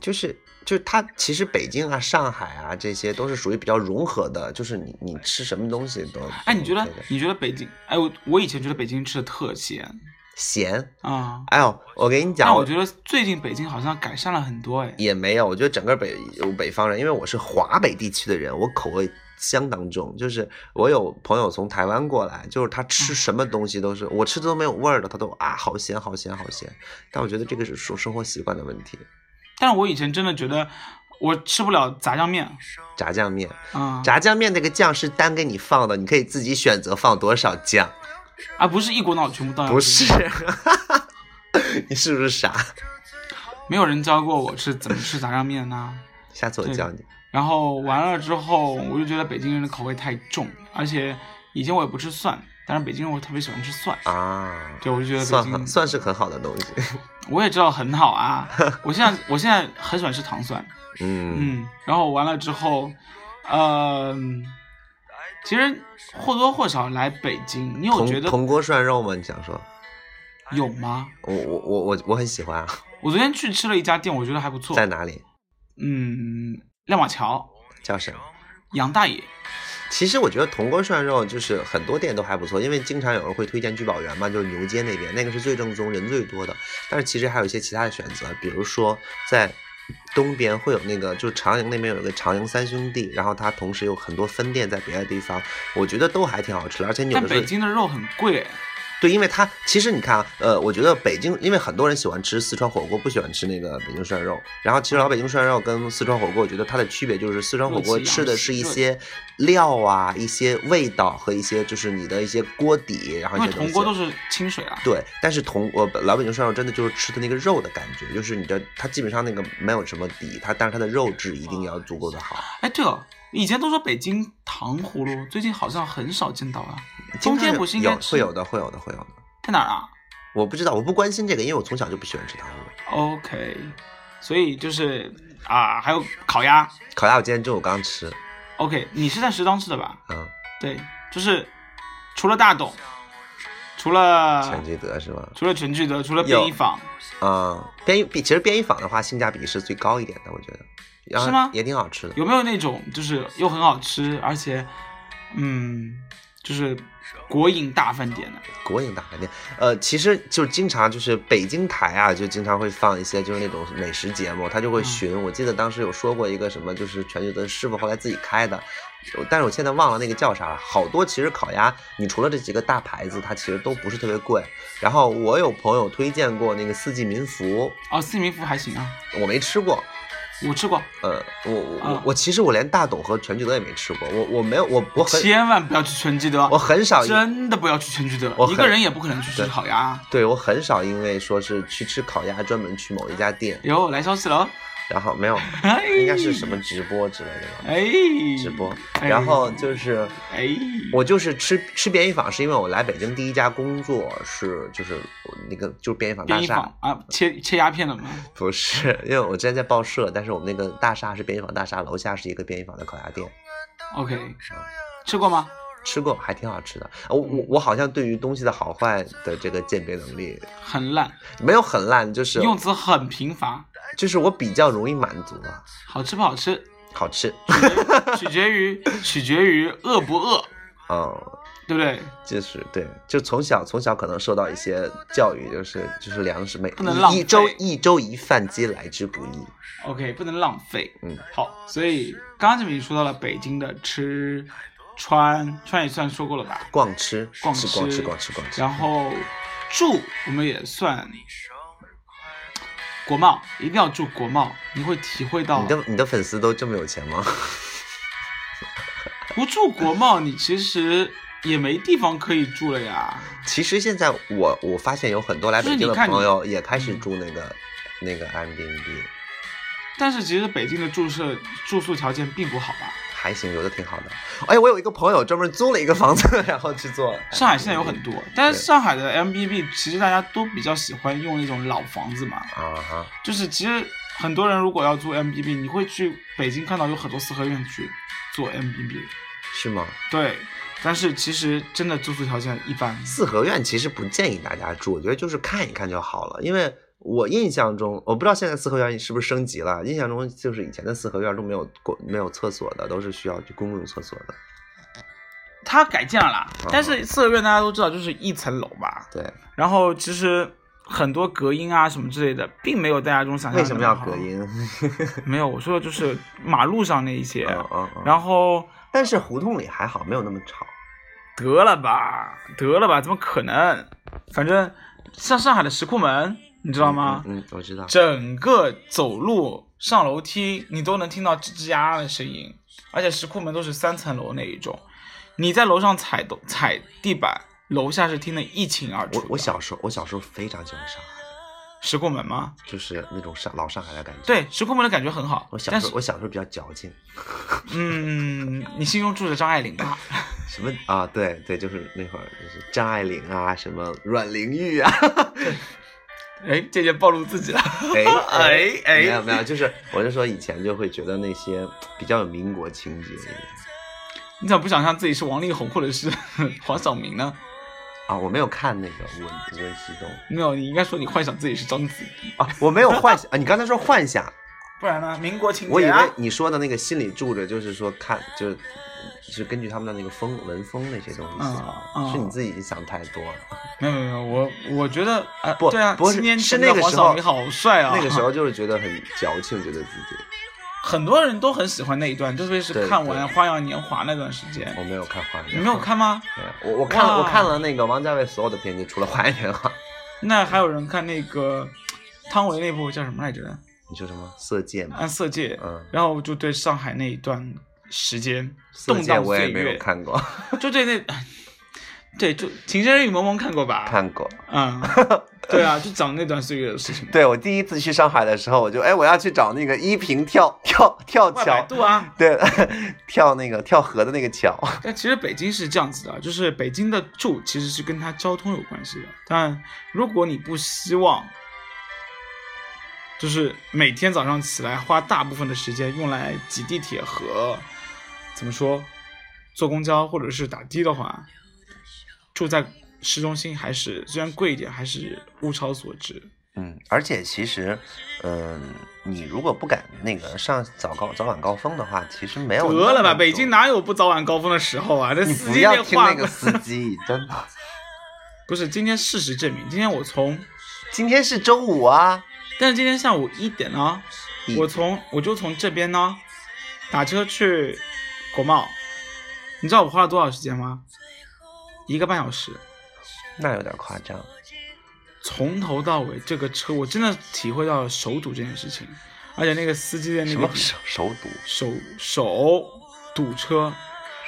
Speaker 6: 就是就是它其实北京啊、上海啊这些都是属于比较融合的，就是你你吃什么东西都。
Speaker 4: 哎，你觉得
Speaker 6: 都 OK 的
Speaker 4: 你觉得北京？哎，我我以前觉得北京吃的特咸
Speaker 6: 咸？
Speaker 4: 啊，
Speaker 6: 哎呦，我跟你
Speaker 4: 但
Speaker 6: 讲，
Speaker 4: 我觉得最近北京好像改善了很多哎。
Speaker 6: 也没有，我觉得整个北我北方人，因为我是华北地区的人，我口味相当重。就是我有朋友从台湾过来，就是他
Speaker 4: 嗯
Speaker 6: 吃什么东西都是我吃的都没有味儿的，他都啊好咸好咸好咸。但我觉得这个是生生活习惯的问题。
Speaker 4: 但是我以前真的觉得我吃不了炸酱面
Speaker 6: 炸酱面，
Speaker 4: 啊，
Speaker 6: 炸酱面那个酱是单给你放的，你可以自己选择放多少酱，
Speaker 4: 啊不是一股脑全部倒下去，
Speaker 6: 不是？ [LAUGHS] 你是不是傻？
Speaker 4: 没有人教过我是怎么吃炸酱面呢。
Speaker 6: 下次我
Speaker 4: 对
Speaker 6: 教你。
Speaker 4: 然后完了之后，我就觉得北京人的口味太重，而且以前我也不吃蒜，但是北京人我特别喜欢吃蒜。
Speaker 6: 啊，
Speaker 4: 对，我就觉得
Speaker 6: 算
Speaker 4: 北
Speaker 6: 很
Speaker 4: 京，
Speaker 6: 算是很好的东
Speaker 4: [LAUGHS]
Speaker 6: 西。
Speaker 4: 我也知道很好啊。
Speaker 6: [LAUGHS]
Speaker 4: 我现在我现在很喜欢吃糖蒜，
Speaker 6: 嗯
Speaker 4: 嗯，然后完了之后，呃，其实或多或少来北京，你有觉
Speaker 6: 铜
Speaker 4: 得
Speaker 6: 铜锅涮肉吗？你想说？
Speaker 4: 有吗？
Speaker 6: 我我我我我很喜欢啊，
Speaker 4: 我昨天去吃了一家店，我觉得还不错
Speaker 6: 在，哪里？
Speaker 4: 嗯，亮马桥
Speaker 6: 叫什么？
Speaker 4: 杨大爷，
Speaker 6: 其实我觉得铜锅涮肉就是很多店都还不错，因为经常有人会推荐聚宝园嘛，就是牛街那边，那个是最正宗、人最多的。但是其实还有一些其他的选择，比如说在东边会有那个，就是长营那边有一个长营三兄弟，然后它同时有很多分店在别的地方，我觉得都还挺好吃的。而且你有
Speaker 4: 但
Speaker 6: 的时
Speaker 4: 北
Speaker 6: 候
Speaker 4: 京的肉很贵，
Speaker 6: 对，因为它其实你看啊，呃，我觉得北京，因为很多人喜欢吃四川火锅，不喜欢吃那个北京涮肉。然后其实老北京涮肉跟四川火锅，我觉得它的区别就是四川火锅
Speaker 4: 肉齐
Speaker 6: 吃的
Speaker 4: 羊
Speaker 6: 是一
Speaker 4: 肉
Speaker 6: 些料啊、一些味道和一些就是你的一些锅底，然后
Speaker 4: 因
Speaker 6: 一
Speaker 4: 为
Speaker 6: 些东
Speaker 4: 铜
Speaker 6: 西。
Speaker 4: 锅都是清水啊。
Speaker 6: 对，但是同我老北京涮肉真的就是吃的那个肉的感觉，就是你的它基本上那个没有什么底，它但是它的肉质一定要足够的好。
Speaker 4: 哎，对了，以前都说北京糖葫芦，最近好像很少见到了。
Speaker 6: 经
Speaker 4: 中
Speaker 6: 常
Speaker 4: 间
Speaker 6: 有
Speaker 4: 不是应
Speaker 6: 有
Speaker 4: 该吃
Speaker 6: 会有的，会有的，会有的。
Speaker 4: 在哪儿啊
Speaker 6: 我不知道，我不关心这个，因为我从小就不喜欢吃糖葫芦。
Speaker 4: ？OK，所以就是啊，还有烤鸭。
Speaker 6: 烤鸭我今天中午刚吃，
Speaker 4: OK，你是在食堂吃的吧？
Speaker 6: 嗯，
Speaker 4: 对，就是除了大董，除了
Speaker 6: 全聚德是吗？
Speaker 4: 除了全聚德，除了便
Speaker 6: 有
Speaker 4: 宜坊，
Speaker 6: 嗯，编译比其实编译坊的话，性价比是最高一点的，我觉得。然后
Speaker 4: 是吗
Speaker 6: 也挺好吃的。
Speaker 4: 有没有那种就是又很好吃，而且嗯，就是国营大饭店的？
Speaker 6: 国营大饭店，呃，其实就经常就是北京台啊，就经常会放一些就是那种美食节目，他就
Speaker 4: 嗯
Speaker 6: 会巡。我记得当时有说过一个什么，就是全聚德师傅后来自己开的，我但是我现在忘了那个叫啥了。好多其实烤鸭，你除了这几个大牌子，它其实都不是特别贵。然后我有朋友推荐过那个四季民福，
Speaker 4: 哦，四季民福还行啊，
Speaker 6: 我没吃过，
Speaker 4: 我吃过，
Speaker 6: 呃，我我我
Speaker 4: 啊
Speaker 6: 我其实我连大董和全聚德也没吃过，我我没有我我很
Speaker 4: 千万不要去全聚德。
Speaker 6: 我很少
Speaker 4: 真的不要去全聚德
Speaker 6: 我，
Speaker 4: 一
Speaker 6: 很
Speaker 4: 个人也不可能去吃烤鸭。
Speaker 6: 对我很少因为说是去吃烤鸭专门去某一家店，
Speaker 4: 哟，来消息了哦， [LAUGHS]
Speaker 6: 然后没有，
Speaker 4: 哎
Speaker 6: 应该是什么直播之类的吧。
Speaker 4: 哎，
Speaker 6: 直播，
Speaker 4: 哎
Speaker 6: 然后就是，
Speaker 4: 哎，
Speaker 6: 我就是吃吃便宜坊，是因为我来北京第一家工作是就是我那个就是便宜坊大
Speaker 4: 便宜
Speaker 6: 厦
Speaker 4: 坊，啊，切切鸦片的嘛。
Speaker 6: 不是，因为我之前在报社，但是我们那个大厦是便宜坊大厦，楼下是一个便宜坊的烤鸭店，
Speaker 4: OK，吃过吗？
Speaker 6: 吃过还挺好吃的。啊我
Speaker 4: 嗯
Speaker 6: 我我好像对于东西的好坏的这个鉴别能力
Speaker 4: 很烂，
Speaker 6: 没有很烂，就是
Speaker 4: 用词很贫乏，
Speaker 6: 就是我比较容易满足了，
Speaker 4: 好吃不好吃，
Speaker 6: 好吃，
Speaker 4: 取决于取决于饿不饿，
Speaker 6: 嗯，
Speaker 4: 对不对？
Speaker 6: 就是对，就从小从小可能受到一些教育，就是就是粮食每
Speaker 4: 不能浪
Speaker 6: 一周
Speaker 4: 费
Speaker 6: 一周一饭，皆来之不易。
Speaker 4: OK，不能浪费。
Speaker 6: 嗯，
Speaker 4: 好，所以刚刚这边已经说到了北京的吃、穿，穿也算说过了吧。
Speaker 6: 逛吃，
Speaker 4: 逛
Speaker 6: 吃，
Speaker 4: 吃
Speaker 6: 逛吃，逛吃，逛吃。
Speaker 4: 然后住我们也算国贸，一定要住国贸，你会体会到
Speaker 6: 你的你的粉丝都这么有钱吗？
Speaker 4: 不住国贸，你其实也没地方可以住了呀。
Speaker 6: [LAUGHS] 其实现在我我发现有很多来
Speaker 4: 就是
Speaker 6: 北京
Speaker 4: 你
Speaker 6: 的
Speaker 4: 看
Speaker 6: 朋
Speaker 4: 你嗯
Speaker 6: 友也开始住那个那个 Airbnb，
Speaker 4: 但是其实北京的住舍住宿条件并不好吧？
Speaker 6: 还行，有的挺好的。哎，我有一个朋友专门租了一个房子， [LAUGHS] 然后去做 Airbnb。
Speaker 4: 上海现在有很多，但
Speaker 6: 哎
Speaker 4: 是
Speaker 6: 对
Speaker 4: 上海的 M B B 其实大家都比较喜欢用那种老房子嘛，
Speaker 6: 啊哈，
Speaker 4: 就是其实很多人如果要租 M B B，你会去北京看到有很多四合院去做 M B B，
Speaker 6: 是吗？
Speaker 4: 对，但是其实真的住宿条件一般。
Speaker 6: 四合院其实不建议大家住，我觉得就是看一看就好了。因为我印象中，我不知道现在四合院是不是升级了，印象中就是以前的四合院都没有过没有厕所的，都是需要去公共厕所
Speaker 4: [LAUGHS]
Speaker 6: 的。
Speaker 4: 它改建了啦，但是四合院大家都知道就是一层楼吧，
Speaker 6: 对，
Speaker 4: 然后其实很多隔音啊什么之类的，并没有大家中想象
Speaker 6: 为
Speaker 4: 的
Speaker 6: 什么
Speaker 4: 那
Speaker 6: 要
Speaker 4: 好
Speaker 6: 隔？音？
Speaker 4: 没有，我说的就是马路上那一些，
Speaker 6: 嗯嗯嗯。
Speaker 4: 然后。
Speaker 6: 但是胡同里还好，没有那么吵。
Speaker 4: 得了吧，得了吧，怎么可能？反正像上海的石库门，你知道吗？
Speaker 6: 嗯，嗯我知道。
Speaker 4: 整个走路上楼梯，你都能听到吱吱呀呀的声音，而且石库门都是三层楼那一种，你在楼上踩都踩地板，楼下是听得一清二
Speaker 6: 嗯
Speaker 4: 楚
Speaker 6: 我
Speaker 4: 的。
Speaker 6: 我小时候，我小时候非常喜欢上海，
Speaker 4: 石库门吗？
Speaker 6: 就是那种上老上海的感觉。，
Speaker 4: 对，石库门的感觉很好。
Speaker 6: 我小
Speaker 4: 但
Speaker 6: 时
Speaker 4: 是
Speaker 6: 候，我小时候比较矫情，
Speaker 4: 嗯，你心中住着张爱玲吧？
Speaker 6: 什么啊？对对，就是那会儿就是张爱玲啊，什么阮玲玉
Speaker 4: [LAUGHS]
Speaker 6: 啊，
Speaker 4: 哎，这就暴露自己了。
Speaker 6: 哎
Speaker 4: [LAUGHS] 哎哎
Speaker 6: 没有没有，就是我就说以前就会觉得那些比较有民国情节一点
Speaker 4: 你怎么不想象自己是王力宏或者是 [LAUGHS] 黄晓明呢？
Speaker 6: 啊，我没有看那个《温温西东》
Speaker 4: 没有，你应该说你幻想自己是章子怡，
Speaker 6: 啊，我没有幻想啊，你刚才说幻想，
Speaker 4: 不然呢？民国情
Speaker 6: 我以
Speaker 4: 节
Speaker 6: 为
Speaker 4: 啊
Speaker 6: 你说的那个心里住着就是说看就是。是根据他们的那个风文风那些东西写的，
Speaker 4: 嗯嗯
Speaker 6: 是你自己想太多了。
Speaker 4: 没有没有没有，我我觉得啊，
Speaker 6: 不，
Speaker 4: 对啊，
Speaker 6: 不
Speaker 4: 七
Speaker 6: 是
Speaker 4: 年
Speaker 6: 是
Speaker 4: 前
Speaker 6: 那
Speaker 4: 的
Speaker 6: 个
Speaker 4: 黄
Speaker 6: 时
Speaker 4: 晓
Speaker 6: 候
Speaker 4: 明好帅啊，
Speaker 6: 那个时候就是觉得很矫情，觉得自己
Speaker 4: [LAUGHS] 很多人都很喜欢那一段，特别是
Speaker 6: 对
Speaker 4: 看完《
Speaker 6: 对
Speaker 4: 花样年华》那段时间
Speaker 6: 我，没有看《花样
Speaker 4: 你
Speaker 6: 年
Speaker 4: 没
Speaker 6: 华
Speaker 4: 有看吗？
Speaker 6: 对啊我我看了
Speaker 4: 哇
Speaker 6: 我看了那个王家卫所有的片子，除了《花啊样年华》，
Speaker 4: 那还有人看那个汤唯那部叫什么来着？
Speaker 6: 你说什么《色戒》
Speaker 4: 啊，
Speaker 6: 吗？
Speaker 4: 《色戒》，
Speaker 6: 嗯
Speaker 4: 然后就对上海那一段时间
Speaker 6: 色
Speaker 4: 动
Speaker 6: 戒
Speaker 4: 荡
Speaker 6: 我也
Speaker 4: 岁
Speaker 6: 没
Speaker 4: 月
Speaker 6: 有，看过，
Speaker 4: 就对那，对，就《情深深雨蒙蒙》看过吧？，
Speaker 6: 看过。
Speaker 4: 嗯，对啊，就讲那段岁月的事情。
Speaker 6: 对我第一次去上海的时候，我就哎，我要去找那个依萍跳跳跳
Speaker 4: 外百
Speaker 6: 桥，
Speaker 4: 度啊，
Speaker 6: 对， [LAUGHS] 跳那个跳河的那个桥。
Speaker 4: 但其实北京是这样子的，啊就是北京的住其实是跟它交通有关系的。但如果你不希望，就是每天早上起来花大部分的时间用来挤地铁和怎么说坐公交或者是打的的话，住在市中心还是虽然贵一点，还是物超所值。
Speaker 6: 嗯，而且其实，嗯，你如果不赶那个上早高早晚高峰的话，其实没有
Speaker 4: 得了
Speaker 6: 那
Speaker 4: 吧，
Speaker 6: 么
Speaker 4: 北
Speaker 6: 多
Speaker 4: 京哪有不早晚高峰的时候啊？这
Speaker 6: 你
Speaker 4: 司
Speaker 6: 不
Speaker 4: 机
Speaker 6: 要
Speaker 4: 电
Speaker 6: 听
Speaker 4: 话
Speaker 6: 那个司机，真的。
Speaker 4: 不是今天事实证明，今天我从
Speaker 6: [LAUGHS] 今天是周五啊，
Speaker 4: 但是今天下午一点呢，
Speaker 6: 嗯
Speaker 4: 我从我就从这边呢打车去国贸，你知道我花了多少时间吗？一个半小时，
Speaker 6: 那有点夸 [LAUGHS] 张。
Speaker 4: 从头到尾这个车，我真的体会到了手堵这件事情，而且那个司机的那
Speaker 6: 什
Speaker 4: 个
Speaker 6: 么手手堵？
Speaker 4: 手手堵车，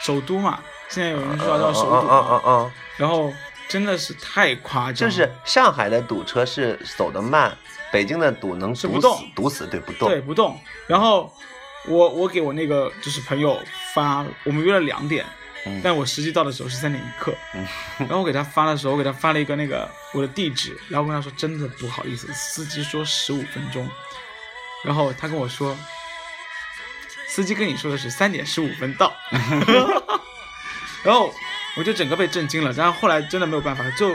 Speaker 4: 首都嘛，现在有人说叫
Speaker 6: 嗯
Speaker 4: 首
Speaker 6: 嗯
Speaker 4: 堵嘛，
Speaker 6: 嗯嗯嗯，
Speaker 4: 然后真的是太夸张
Speaker 6: 就
Speaker 4: 了，
Speaker 6: 是上海的堵车是走得慢，北京的堵能
Speaker 4: 是
Speaker 6: 堵
Speaker 4: 不
Speaker 6: 死
Speaker 4: 动，
Speaker 6: 堵死对不
Speaker 4: 对，
Speaker 6: 动。
Speaker 4: 不动。然后我我给我那个就是朋友发，我们约了两点，
Speaker 6: 嗯
Speaker 4: 但我实际到的时候是三点一刻。
Speaker 6: 嗯
Speaker 4: 然后我给他发的时候，我给他发了一个那个我的地址，然后跟他说真的不好意思，司机说十五分钟，然后他跟我说，司机跟你说的是三点十五分
Speaker 6: [LAUGHS]
Speaker 4: 到，然后我就整个被震惊了。但是后来真的没有办法，就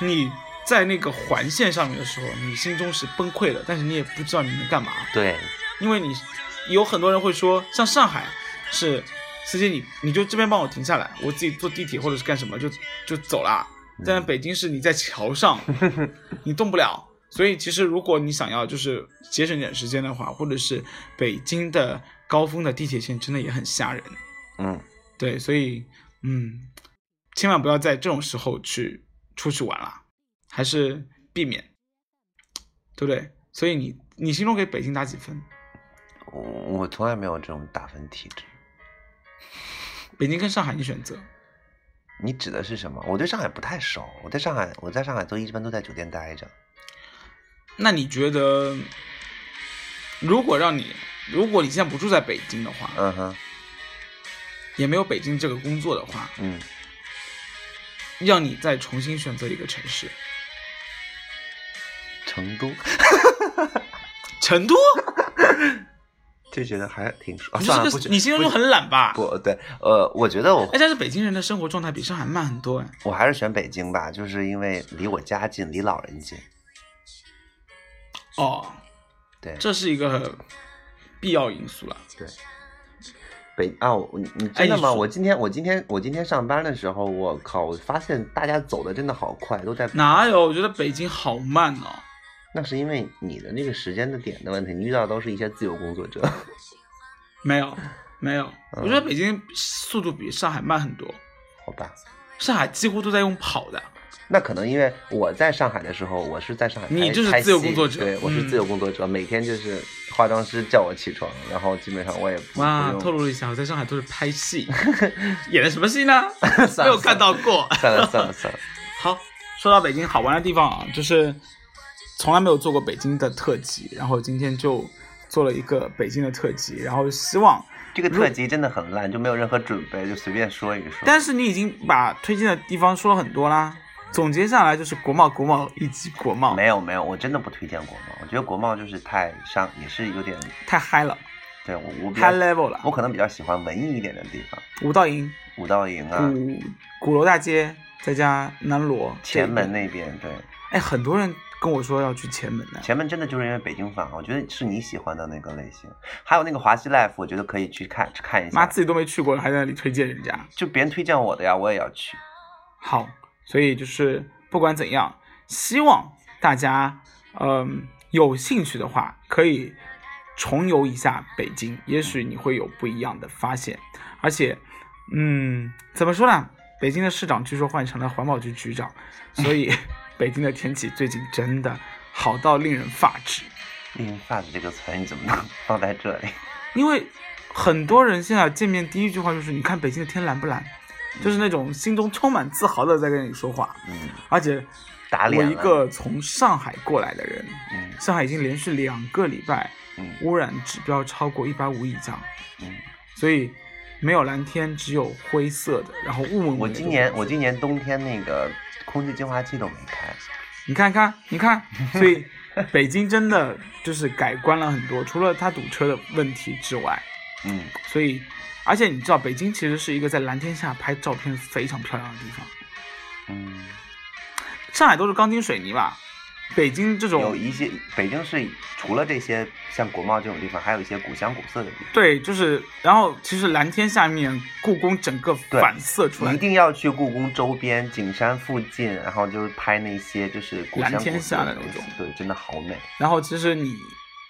Speaker 4: 你。在那个环线上面的时候，你心中是崩溃的，但是你也不知道你能干嘛。
Speaker 6: 对，
Speaker 4: 因为你有很多人会说，像上海是司机你你就这边帮我停下来，我自己坐地铁或者是干什么就就走啦。但是北京是你在桥上，你动不了。所以其实如果你想要就是节省点时间的话，或者是北京的高峰的地铁线真的也很吓人。
Speaker 6: 嗯，
Speaker 4: 对，所以嗯，千万不要在这种时候去出去玩啦，还是避免，对不对？所以你你心中给北京打几分？
Speaker 6: 我我从来没有这种打分体质。
Speaker 4: 北京跟上海你选择，
Speaker 6: 你指的是什么？我对上海不太熟，我在上海，我在上海都一般都在酒店待着。
Speaker 4: 那你觉得，如果让你，如果你现在不住在北京的话，
Speaker 6: 嗯哼，
Speaker 4: 也没有北京这个工作的话，
Speaker 6: 嗯，
Speaker 4: 让你再重新选择一个城市，
Speaker 6: 成都 [LAUGHS]
Speaker 4: 成都？
Speaker 6: 就觉得还挺舒啊。
Speaker 4: 你
Speaker 6: 啊算了，
Speaker 4: 是
Speaker 6: 不
Speaker 4: 个
Speaker 6: 去
Speaker 4: 你心中就很懒吧？
Speaker 6: 不对，呃，我觉得我
Speaker 4: 哎，但是北京人的生活状态比上海慢很多哎。
Speaker 6: 我还是选北京吧，就是因为离我家近，离老人近。
Speaker 4: 哦，
Speaker 6: 对，
Speaker 4: 这是一个必要因素了。
Speaker 6: 北啊，我你你
Speaker 4: 哎
Speaker 6: 真的
Speaker 4: 你
Speaker 6: 吗？
Speaker 4: 说
Speaker 6: 我今天我今天我今天上班的时候，我靠，我发现大家走的真的好快，都
Speaker 4: [LAUGHS]
Speaker 6: 在
Speaker 4: 哪有？我觉得北京好慢哦。
Speaker 6: 那是因为你的那个时间的点的问题，你遇到的都是一些自由工作者。
Speaker 4: 没有，没有，
Speaker 6: 嗯
Speaker 4: 我觉得北京速度比上海慢很多。
Speaker 6: 好吧，
Speaker 4: 上海几乎都在用跑的，
Speaker 6: 那可能因为我在上海的时候，我是在上海拍，
Speaker 4: 你就是
Speaker 6: 拍戏
Speaker 4: 自由工作者
Speaker 6: 对，我是
Speaker 4: 嗯
Speaker 6: 自由工作者，每天就是化妆师叫我起床，然后基本上我也不
Speaker 4: 哇，
Speaker 6: 不
Speaker 4: 透
Speaker 6: 用。
Speaker 4: 露了一下，我在上海都是拍 [LAUGHS] 戏，演的什么戏呢？
Speaker 6: 算了
Speaker 4: 没有看到过。
Speaker 6: 算了算了算
Speaker 4: [LAUGHS]
Speaker 6: 了，
Speaker 4: 好，说到北京好玩的地方啊，就是从来没有做过北京的特辑，然后今天就做了一个北京的特辑，然后希望，嗯
Speaker 6: 这个特辑真的很烂，就没有任何准备，就随便说一说。
Speaker 4: 但是你已经把推荐的地方说了很多啦，总结下来就是国贸、国贸以及国贸，
Speaker 6: 没有没有，我真的不推荐国贸，我觉得国贸就是太上，也是有点
Speaker 4: 太嗨了
Speaker 6: 对我我比较
Speaker 4: ，high level 了
Speaker 6: 我，可能比较喜欢文艺一点的地方，
Speaker 4: 五道营、
Speaker 6: 五道营啊，
Speaker 4: 鼓鼓楼大街，再加南锣、
Speaker 6: 前门那边对。
Speaker 4: 哎，很多人跟我说要去前门呢。
Speaker 6: 前面真的就是因为北京坊，我觉得是你喜欢的那个类型。还有那个华西 life，我觉得可以去看看一
Speaker 4: 妈
Speaker 6: 下。
Speaker 4: 自己都没去过了，还在那里推荐人家。
Speaker 6: 就别人推荐我的呀，我也要去。
Speaker 4: 好，所以就是不管怎样，希望大家嗯、有兴趣的话，可以重游一下北京，也许你会有不一样的发现。而且，嗯，怎么说呢？北京的市长据说换成了环保局局长，所以 [LAUGHS] 北京的天气最近真的好到令人发指。
Speaker 6: 令人发指这个词你怎么能 [LAUGHS] 放在这里？
Speaker 4: 因为很多人现在见面第一句话就是你看北京的天蓝不蓝，就是那种心中充满自豪的在跟你说话。
Speaker 6: 嗯，
Speaker 4: 而且
Speaker 6: 打
Speaker 4: 我
Speaker 6: 脸了
Speaker 4: 一个从上海过来的人，
Speaker 6: 嗯
Speaker 4: 上海已经连续两个礼拜
Speaker 6: 嗯
Speaker 4: 污染指标超过一百五以上，
Speaker 6: 嗯。
Speaker 4: 所以没有蓝天，只有灰色的，然后雾蒙蒙
Speaker 6: 我
Speaker 4: 的
Speaker 6: 今年我今年冬天那个空气净化器都没开。
Speaker 4: 你看看，你
Speaker 6: [LAUGHS]
Speaker 4: 看，所以北京真的就是改观了很多，除了它堵车的问题之外，
Speaker 6: 嗯，
Speaker 4: 所以，而且你知道，北京其实是一个在蓝天下拍照片非常漂亮的地方。
Speaker 6: 嗯，
Speaker 4: 上海都是钢筋水泥吧，北京这
Speaker 6: 有
Speaker 4: 种
Speaker 6: 一些北京市除了这些像国贸这种地方，还有一些古香古色的地方。
Speaker 4: 对，就是，然后其实蓝天下面故宫整个
Speaker 6: 对
Speaker 4: 反射出来
Speaker 6: 一，定要去故宫周边、景山附近，然后就是拍那些就是古香
Speaker 4: 蓝
Speaker 6: 古
Speaker 4: 天
Speaker 6: 色
Speaker 4: 下的
Speaker 6: 的
Speaker 4: 那
Speaker 6: 东西
Speaker 4: 种
Speaker 6: 对，真的好美。
Speaker 4: 然后其实你，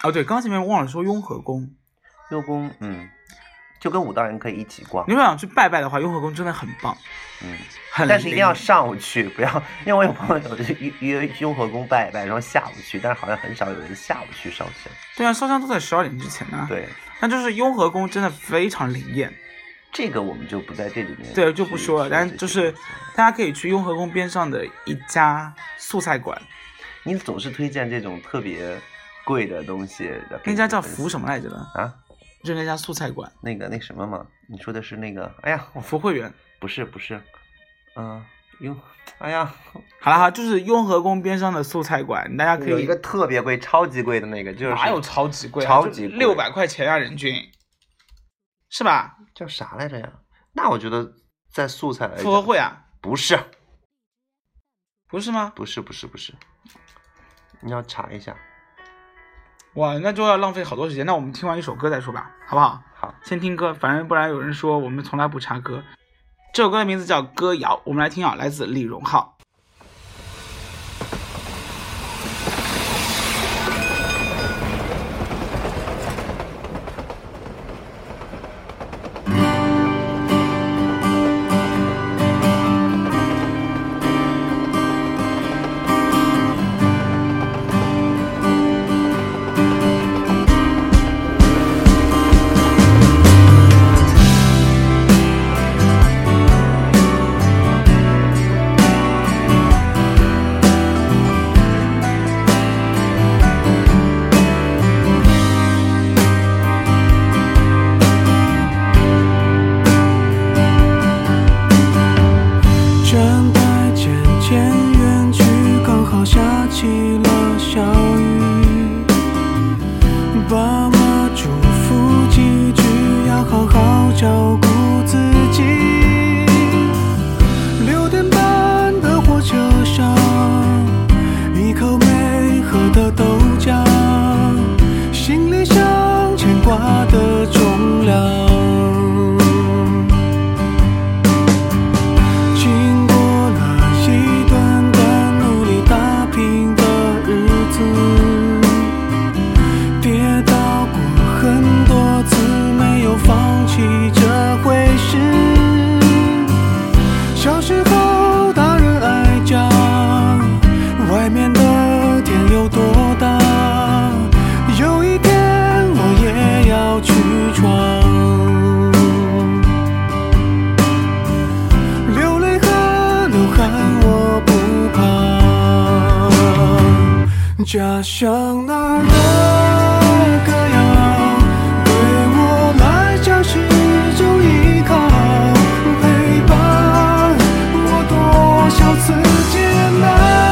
Speaker 4: 哦对，刚前面忘了说雍和宫，
Speaker 6: 六宫，嗯，就跟五道营可以一起逛
Speaker 4: 你，如果想去拜拜的话，雍和宫真的很棒，
Speaker 6: 嗯，
Speaker 4: 很
Speaker 6: 但是一定
Speaker 4: 灵
Speaker 6: 要上午去，不要，因为我有朋友就是约约雍和宫拜一拜，然后下午去，但是好像很少有人下午去烧香。
Speaker 4: 对啊，烧香都在十二点之前呢、，
Speaker 6: 对，
Speaker 4: 那就是雍和宫真的非常灵验，
Speaker 6: 这个我们就不在这里面，
Speaker 4: 对，就不说了，但是就是大家可以去雍和宫边上的一家素菜馆，
Speaker 6: 你总是推荐这种特别贵的东西的，
Speaker 4: 那家叫福什么来着呢？
Speaker 6: 啊？
Speaker 4: 就那家素菜馆，
Speaker 6: 那个那什么嘛，你说的是那个？哎呀，我
Speaker 4: 福慧园。
Speaker 6: 不是不是，嗯、哟，哎呀，
Speaker 4: 好了哈，就是雍和宫边上的素菜馆，大家可以
Speaker 6: 有一个特别贵、超级贵的那个，就是
Speaker 4: 哪有超级贵、啊？
Speaker 6: 超级贵
Speaker 4: 六百块钱啊，人均，是吧？
Speaker 6: 叫啥来着呀？那我觉得在素菜来
Speaker 4: 复合
Speaker 6: 讲，
Speaker 4: 会啊，
Speaker 6: 不是
Speaker 4: 不是吗？
Speaker 6: 不是不是不是，你要查一下。
Speaker 4: 哇，那就要浪费好多时间。那我们听完一首歌再说吧，好不好？
Speaker 6: 好，
Speaker 4: 先听歌，反正不然有人说我们从来不查歌。这首歌的名字叫《歌谣》，我们来听啊，来自李荣浩。
Speaker 7: 我
Speaker 5: 家乡那儿的歌谣，对我来讲是种依靠，陪伴我多少次艰难。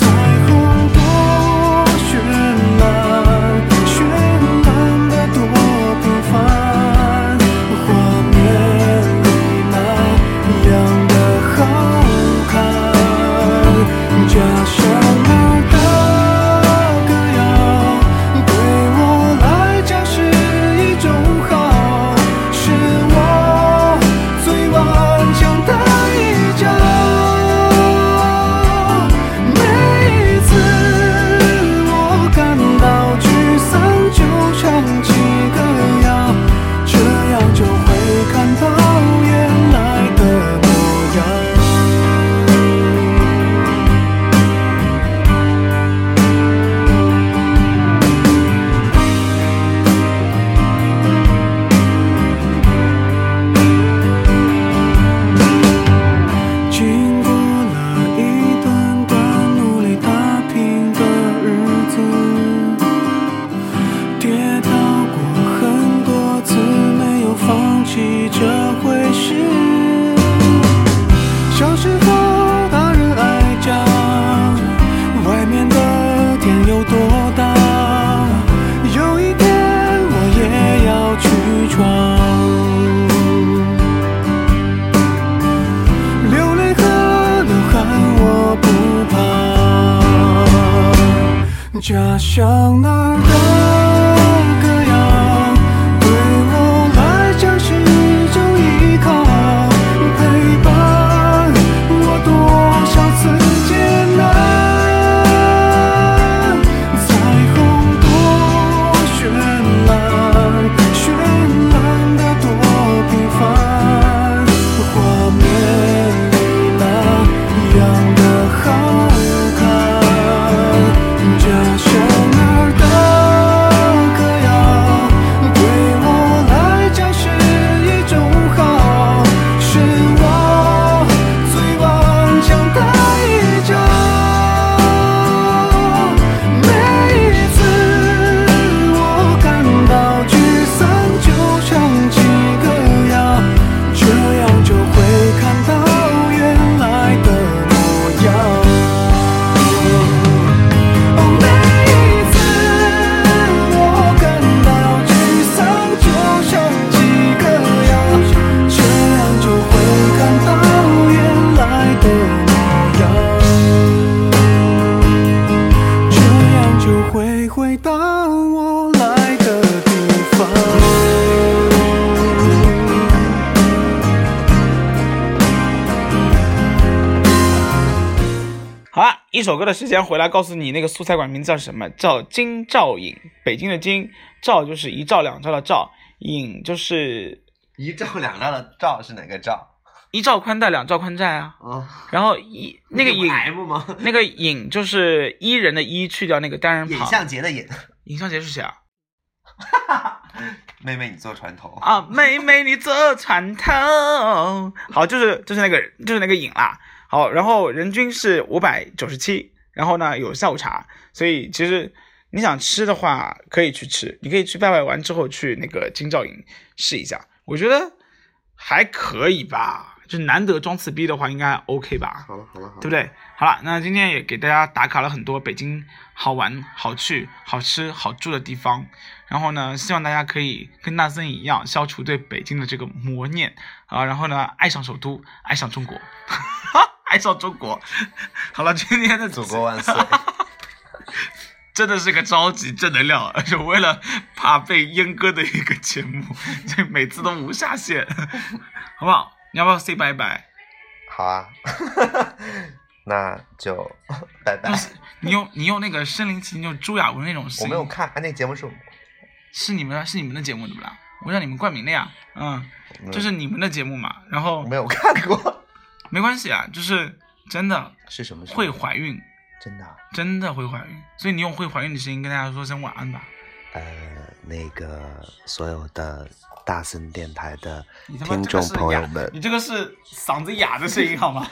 Speaker 5: 彩虹多绚烂，绚烂的多平凡，画面里那样的好看。家乡那儿的歌谣，对我来讲是一种好，是我最顽强的一角。每一次我感到沮丧，就唱起歌谣，这样就会看到原来的模样。经过了一段段努力打拼的日子，跌倒过很多次，没有放弃这回事。小时候大人爱讲，外面的天有多大，有一天我也要去闯。流泪和流汗我不怕。家乡那儿的歌谣，对我来讲是种依靠，陪伴我多少次艰难。彩虹多绚烂，绚烂的多平凡，画面里那样的好看。家乡那儿的歌谣，对我来讲是一种好，是我最顽强的一角。每一次我感到沮丧，就唱起歌谣，这样就会看到原来的模样。哦，每一次我感到沮丧，就唱起歌谣，这样就会看到原来的模样。这样就会回到我来的地方。
Speaker 4: 好了，一首歌的时间回来，告诉你那个素菜馆名字叫什么，叫金兆尹，北京的金，兆就是一兆两兆的兆，尹就是
Speaker 6: 一兆两兆的兆是哪个兆
Speaker 4: 一兆宽带两兆宽带啊，
Speaker 6: 啊？
Speaker 4: 然后一那个尹
Speaker 6: M 吗？
Speaker 4: 那个尹就是一人的一去掉那个单人
Speaker 6: 尹
Speaker 4: 旁，
Speaker 6: 相杰的尹，
Speaker 4: 尹相杰是谁啊？
Speaker 6: 妹妹你坐船头。
Speaker 4: 啊，妹妹你坐船头。好，就是就是那个就是那个瘾啦。好，然后人均是五百九十七，然后呢有下午茶，所以其实你想吃的话可以去吃，你可以去拜拜完之后去那个金兆尹试一下，我觉得还可以吧，就难得装次逼的话应该 OK 吧。
Speaker 6: 好了好了好
Speaker 4: 对不对？好了，那今天也给大家打卡了很多北京好玩、好去、好吃、好住的地方。然后呢，希望大家可以跟大森一样，消除对北京的这个魔念啊。然后呢，爱上首都，爱上中国， [LAUGHS] 爱上中国。好了，今天的
Speaker 6: 祖国万岁！
Speaker 4: 真的是个超级正能量，而且为了怕被阉割的一个节目，这每次都无下限，好不好？你要不要 say 拜拜？
Speaker 6: [LAUGHS] 好啊， [LAUGHS] 那就拜 [LAUGHS] 拜。
Speaker 4: 你用你用那个身临其境，就是朱亚文那种声
Speaker 6: 我
Speaker 4: 音。
Speaker 6: 没有看，啊那节目是我
Speaker 4: 是你们是你们的节目对不啦？我让你们冠名的呀，嗯，这是你们的节目嘛，然后
Speaker 6: 没有看过， [LAUGHS]
Speaker 4: 没关系啊，就是真的
Speaker 6: 是什么时候
Speaker 4: 会怀孕，
Speaker 6: 真的啊。
Speaker 4: 真的会怀孕，所以你用会怀孕的声音跟大家说声晚安吧。
Speaker 6: 呃，那个所有的大森电台的
Speaker 4: 你他妈
Speaker 6: 听
Speaker 4: 这个
Speaker 6: 众
Speaker 4: 是
Speaker 6: 朋友
Speaker 4: 哑
Speaker 6: 们
Speaker 4: 你，这个是嗓子哑的声音好吗？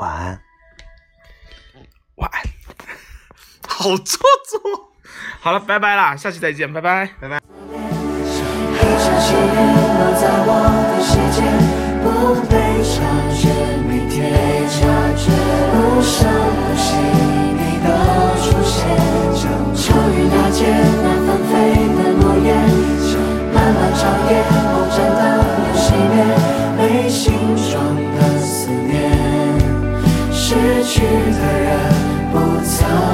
Speaker 6: 晚安。
Speaker 4: [LAUGHS] 晚安。 [LAUGHS] 好做作。好了，拜拜啦，下期再见，拜拜，拜拜。
Speaker 7: 黑色系列落在我的世界，不被察觉，每天被察觉，无声无息你的出现，像秋雨大街那纷飞的落叶，像漫漫长夜梦中的流星月，被形状的思念，失去的人不曾。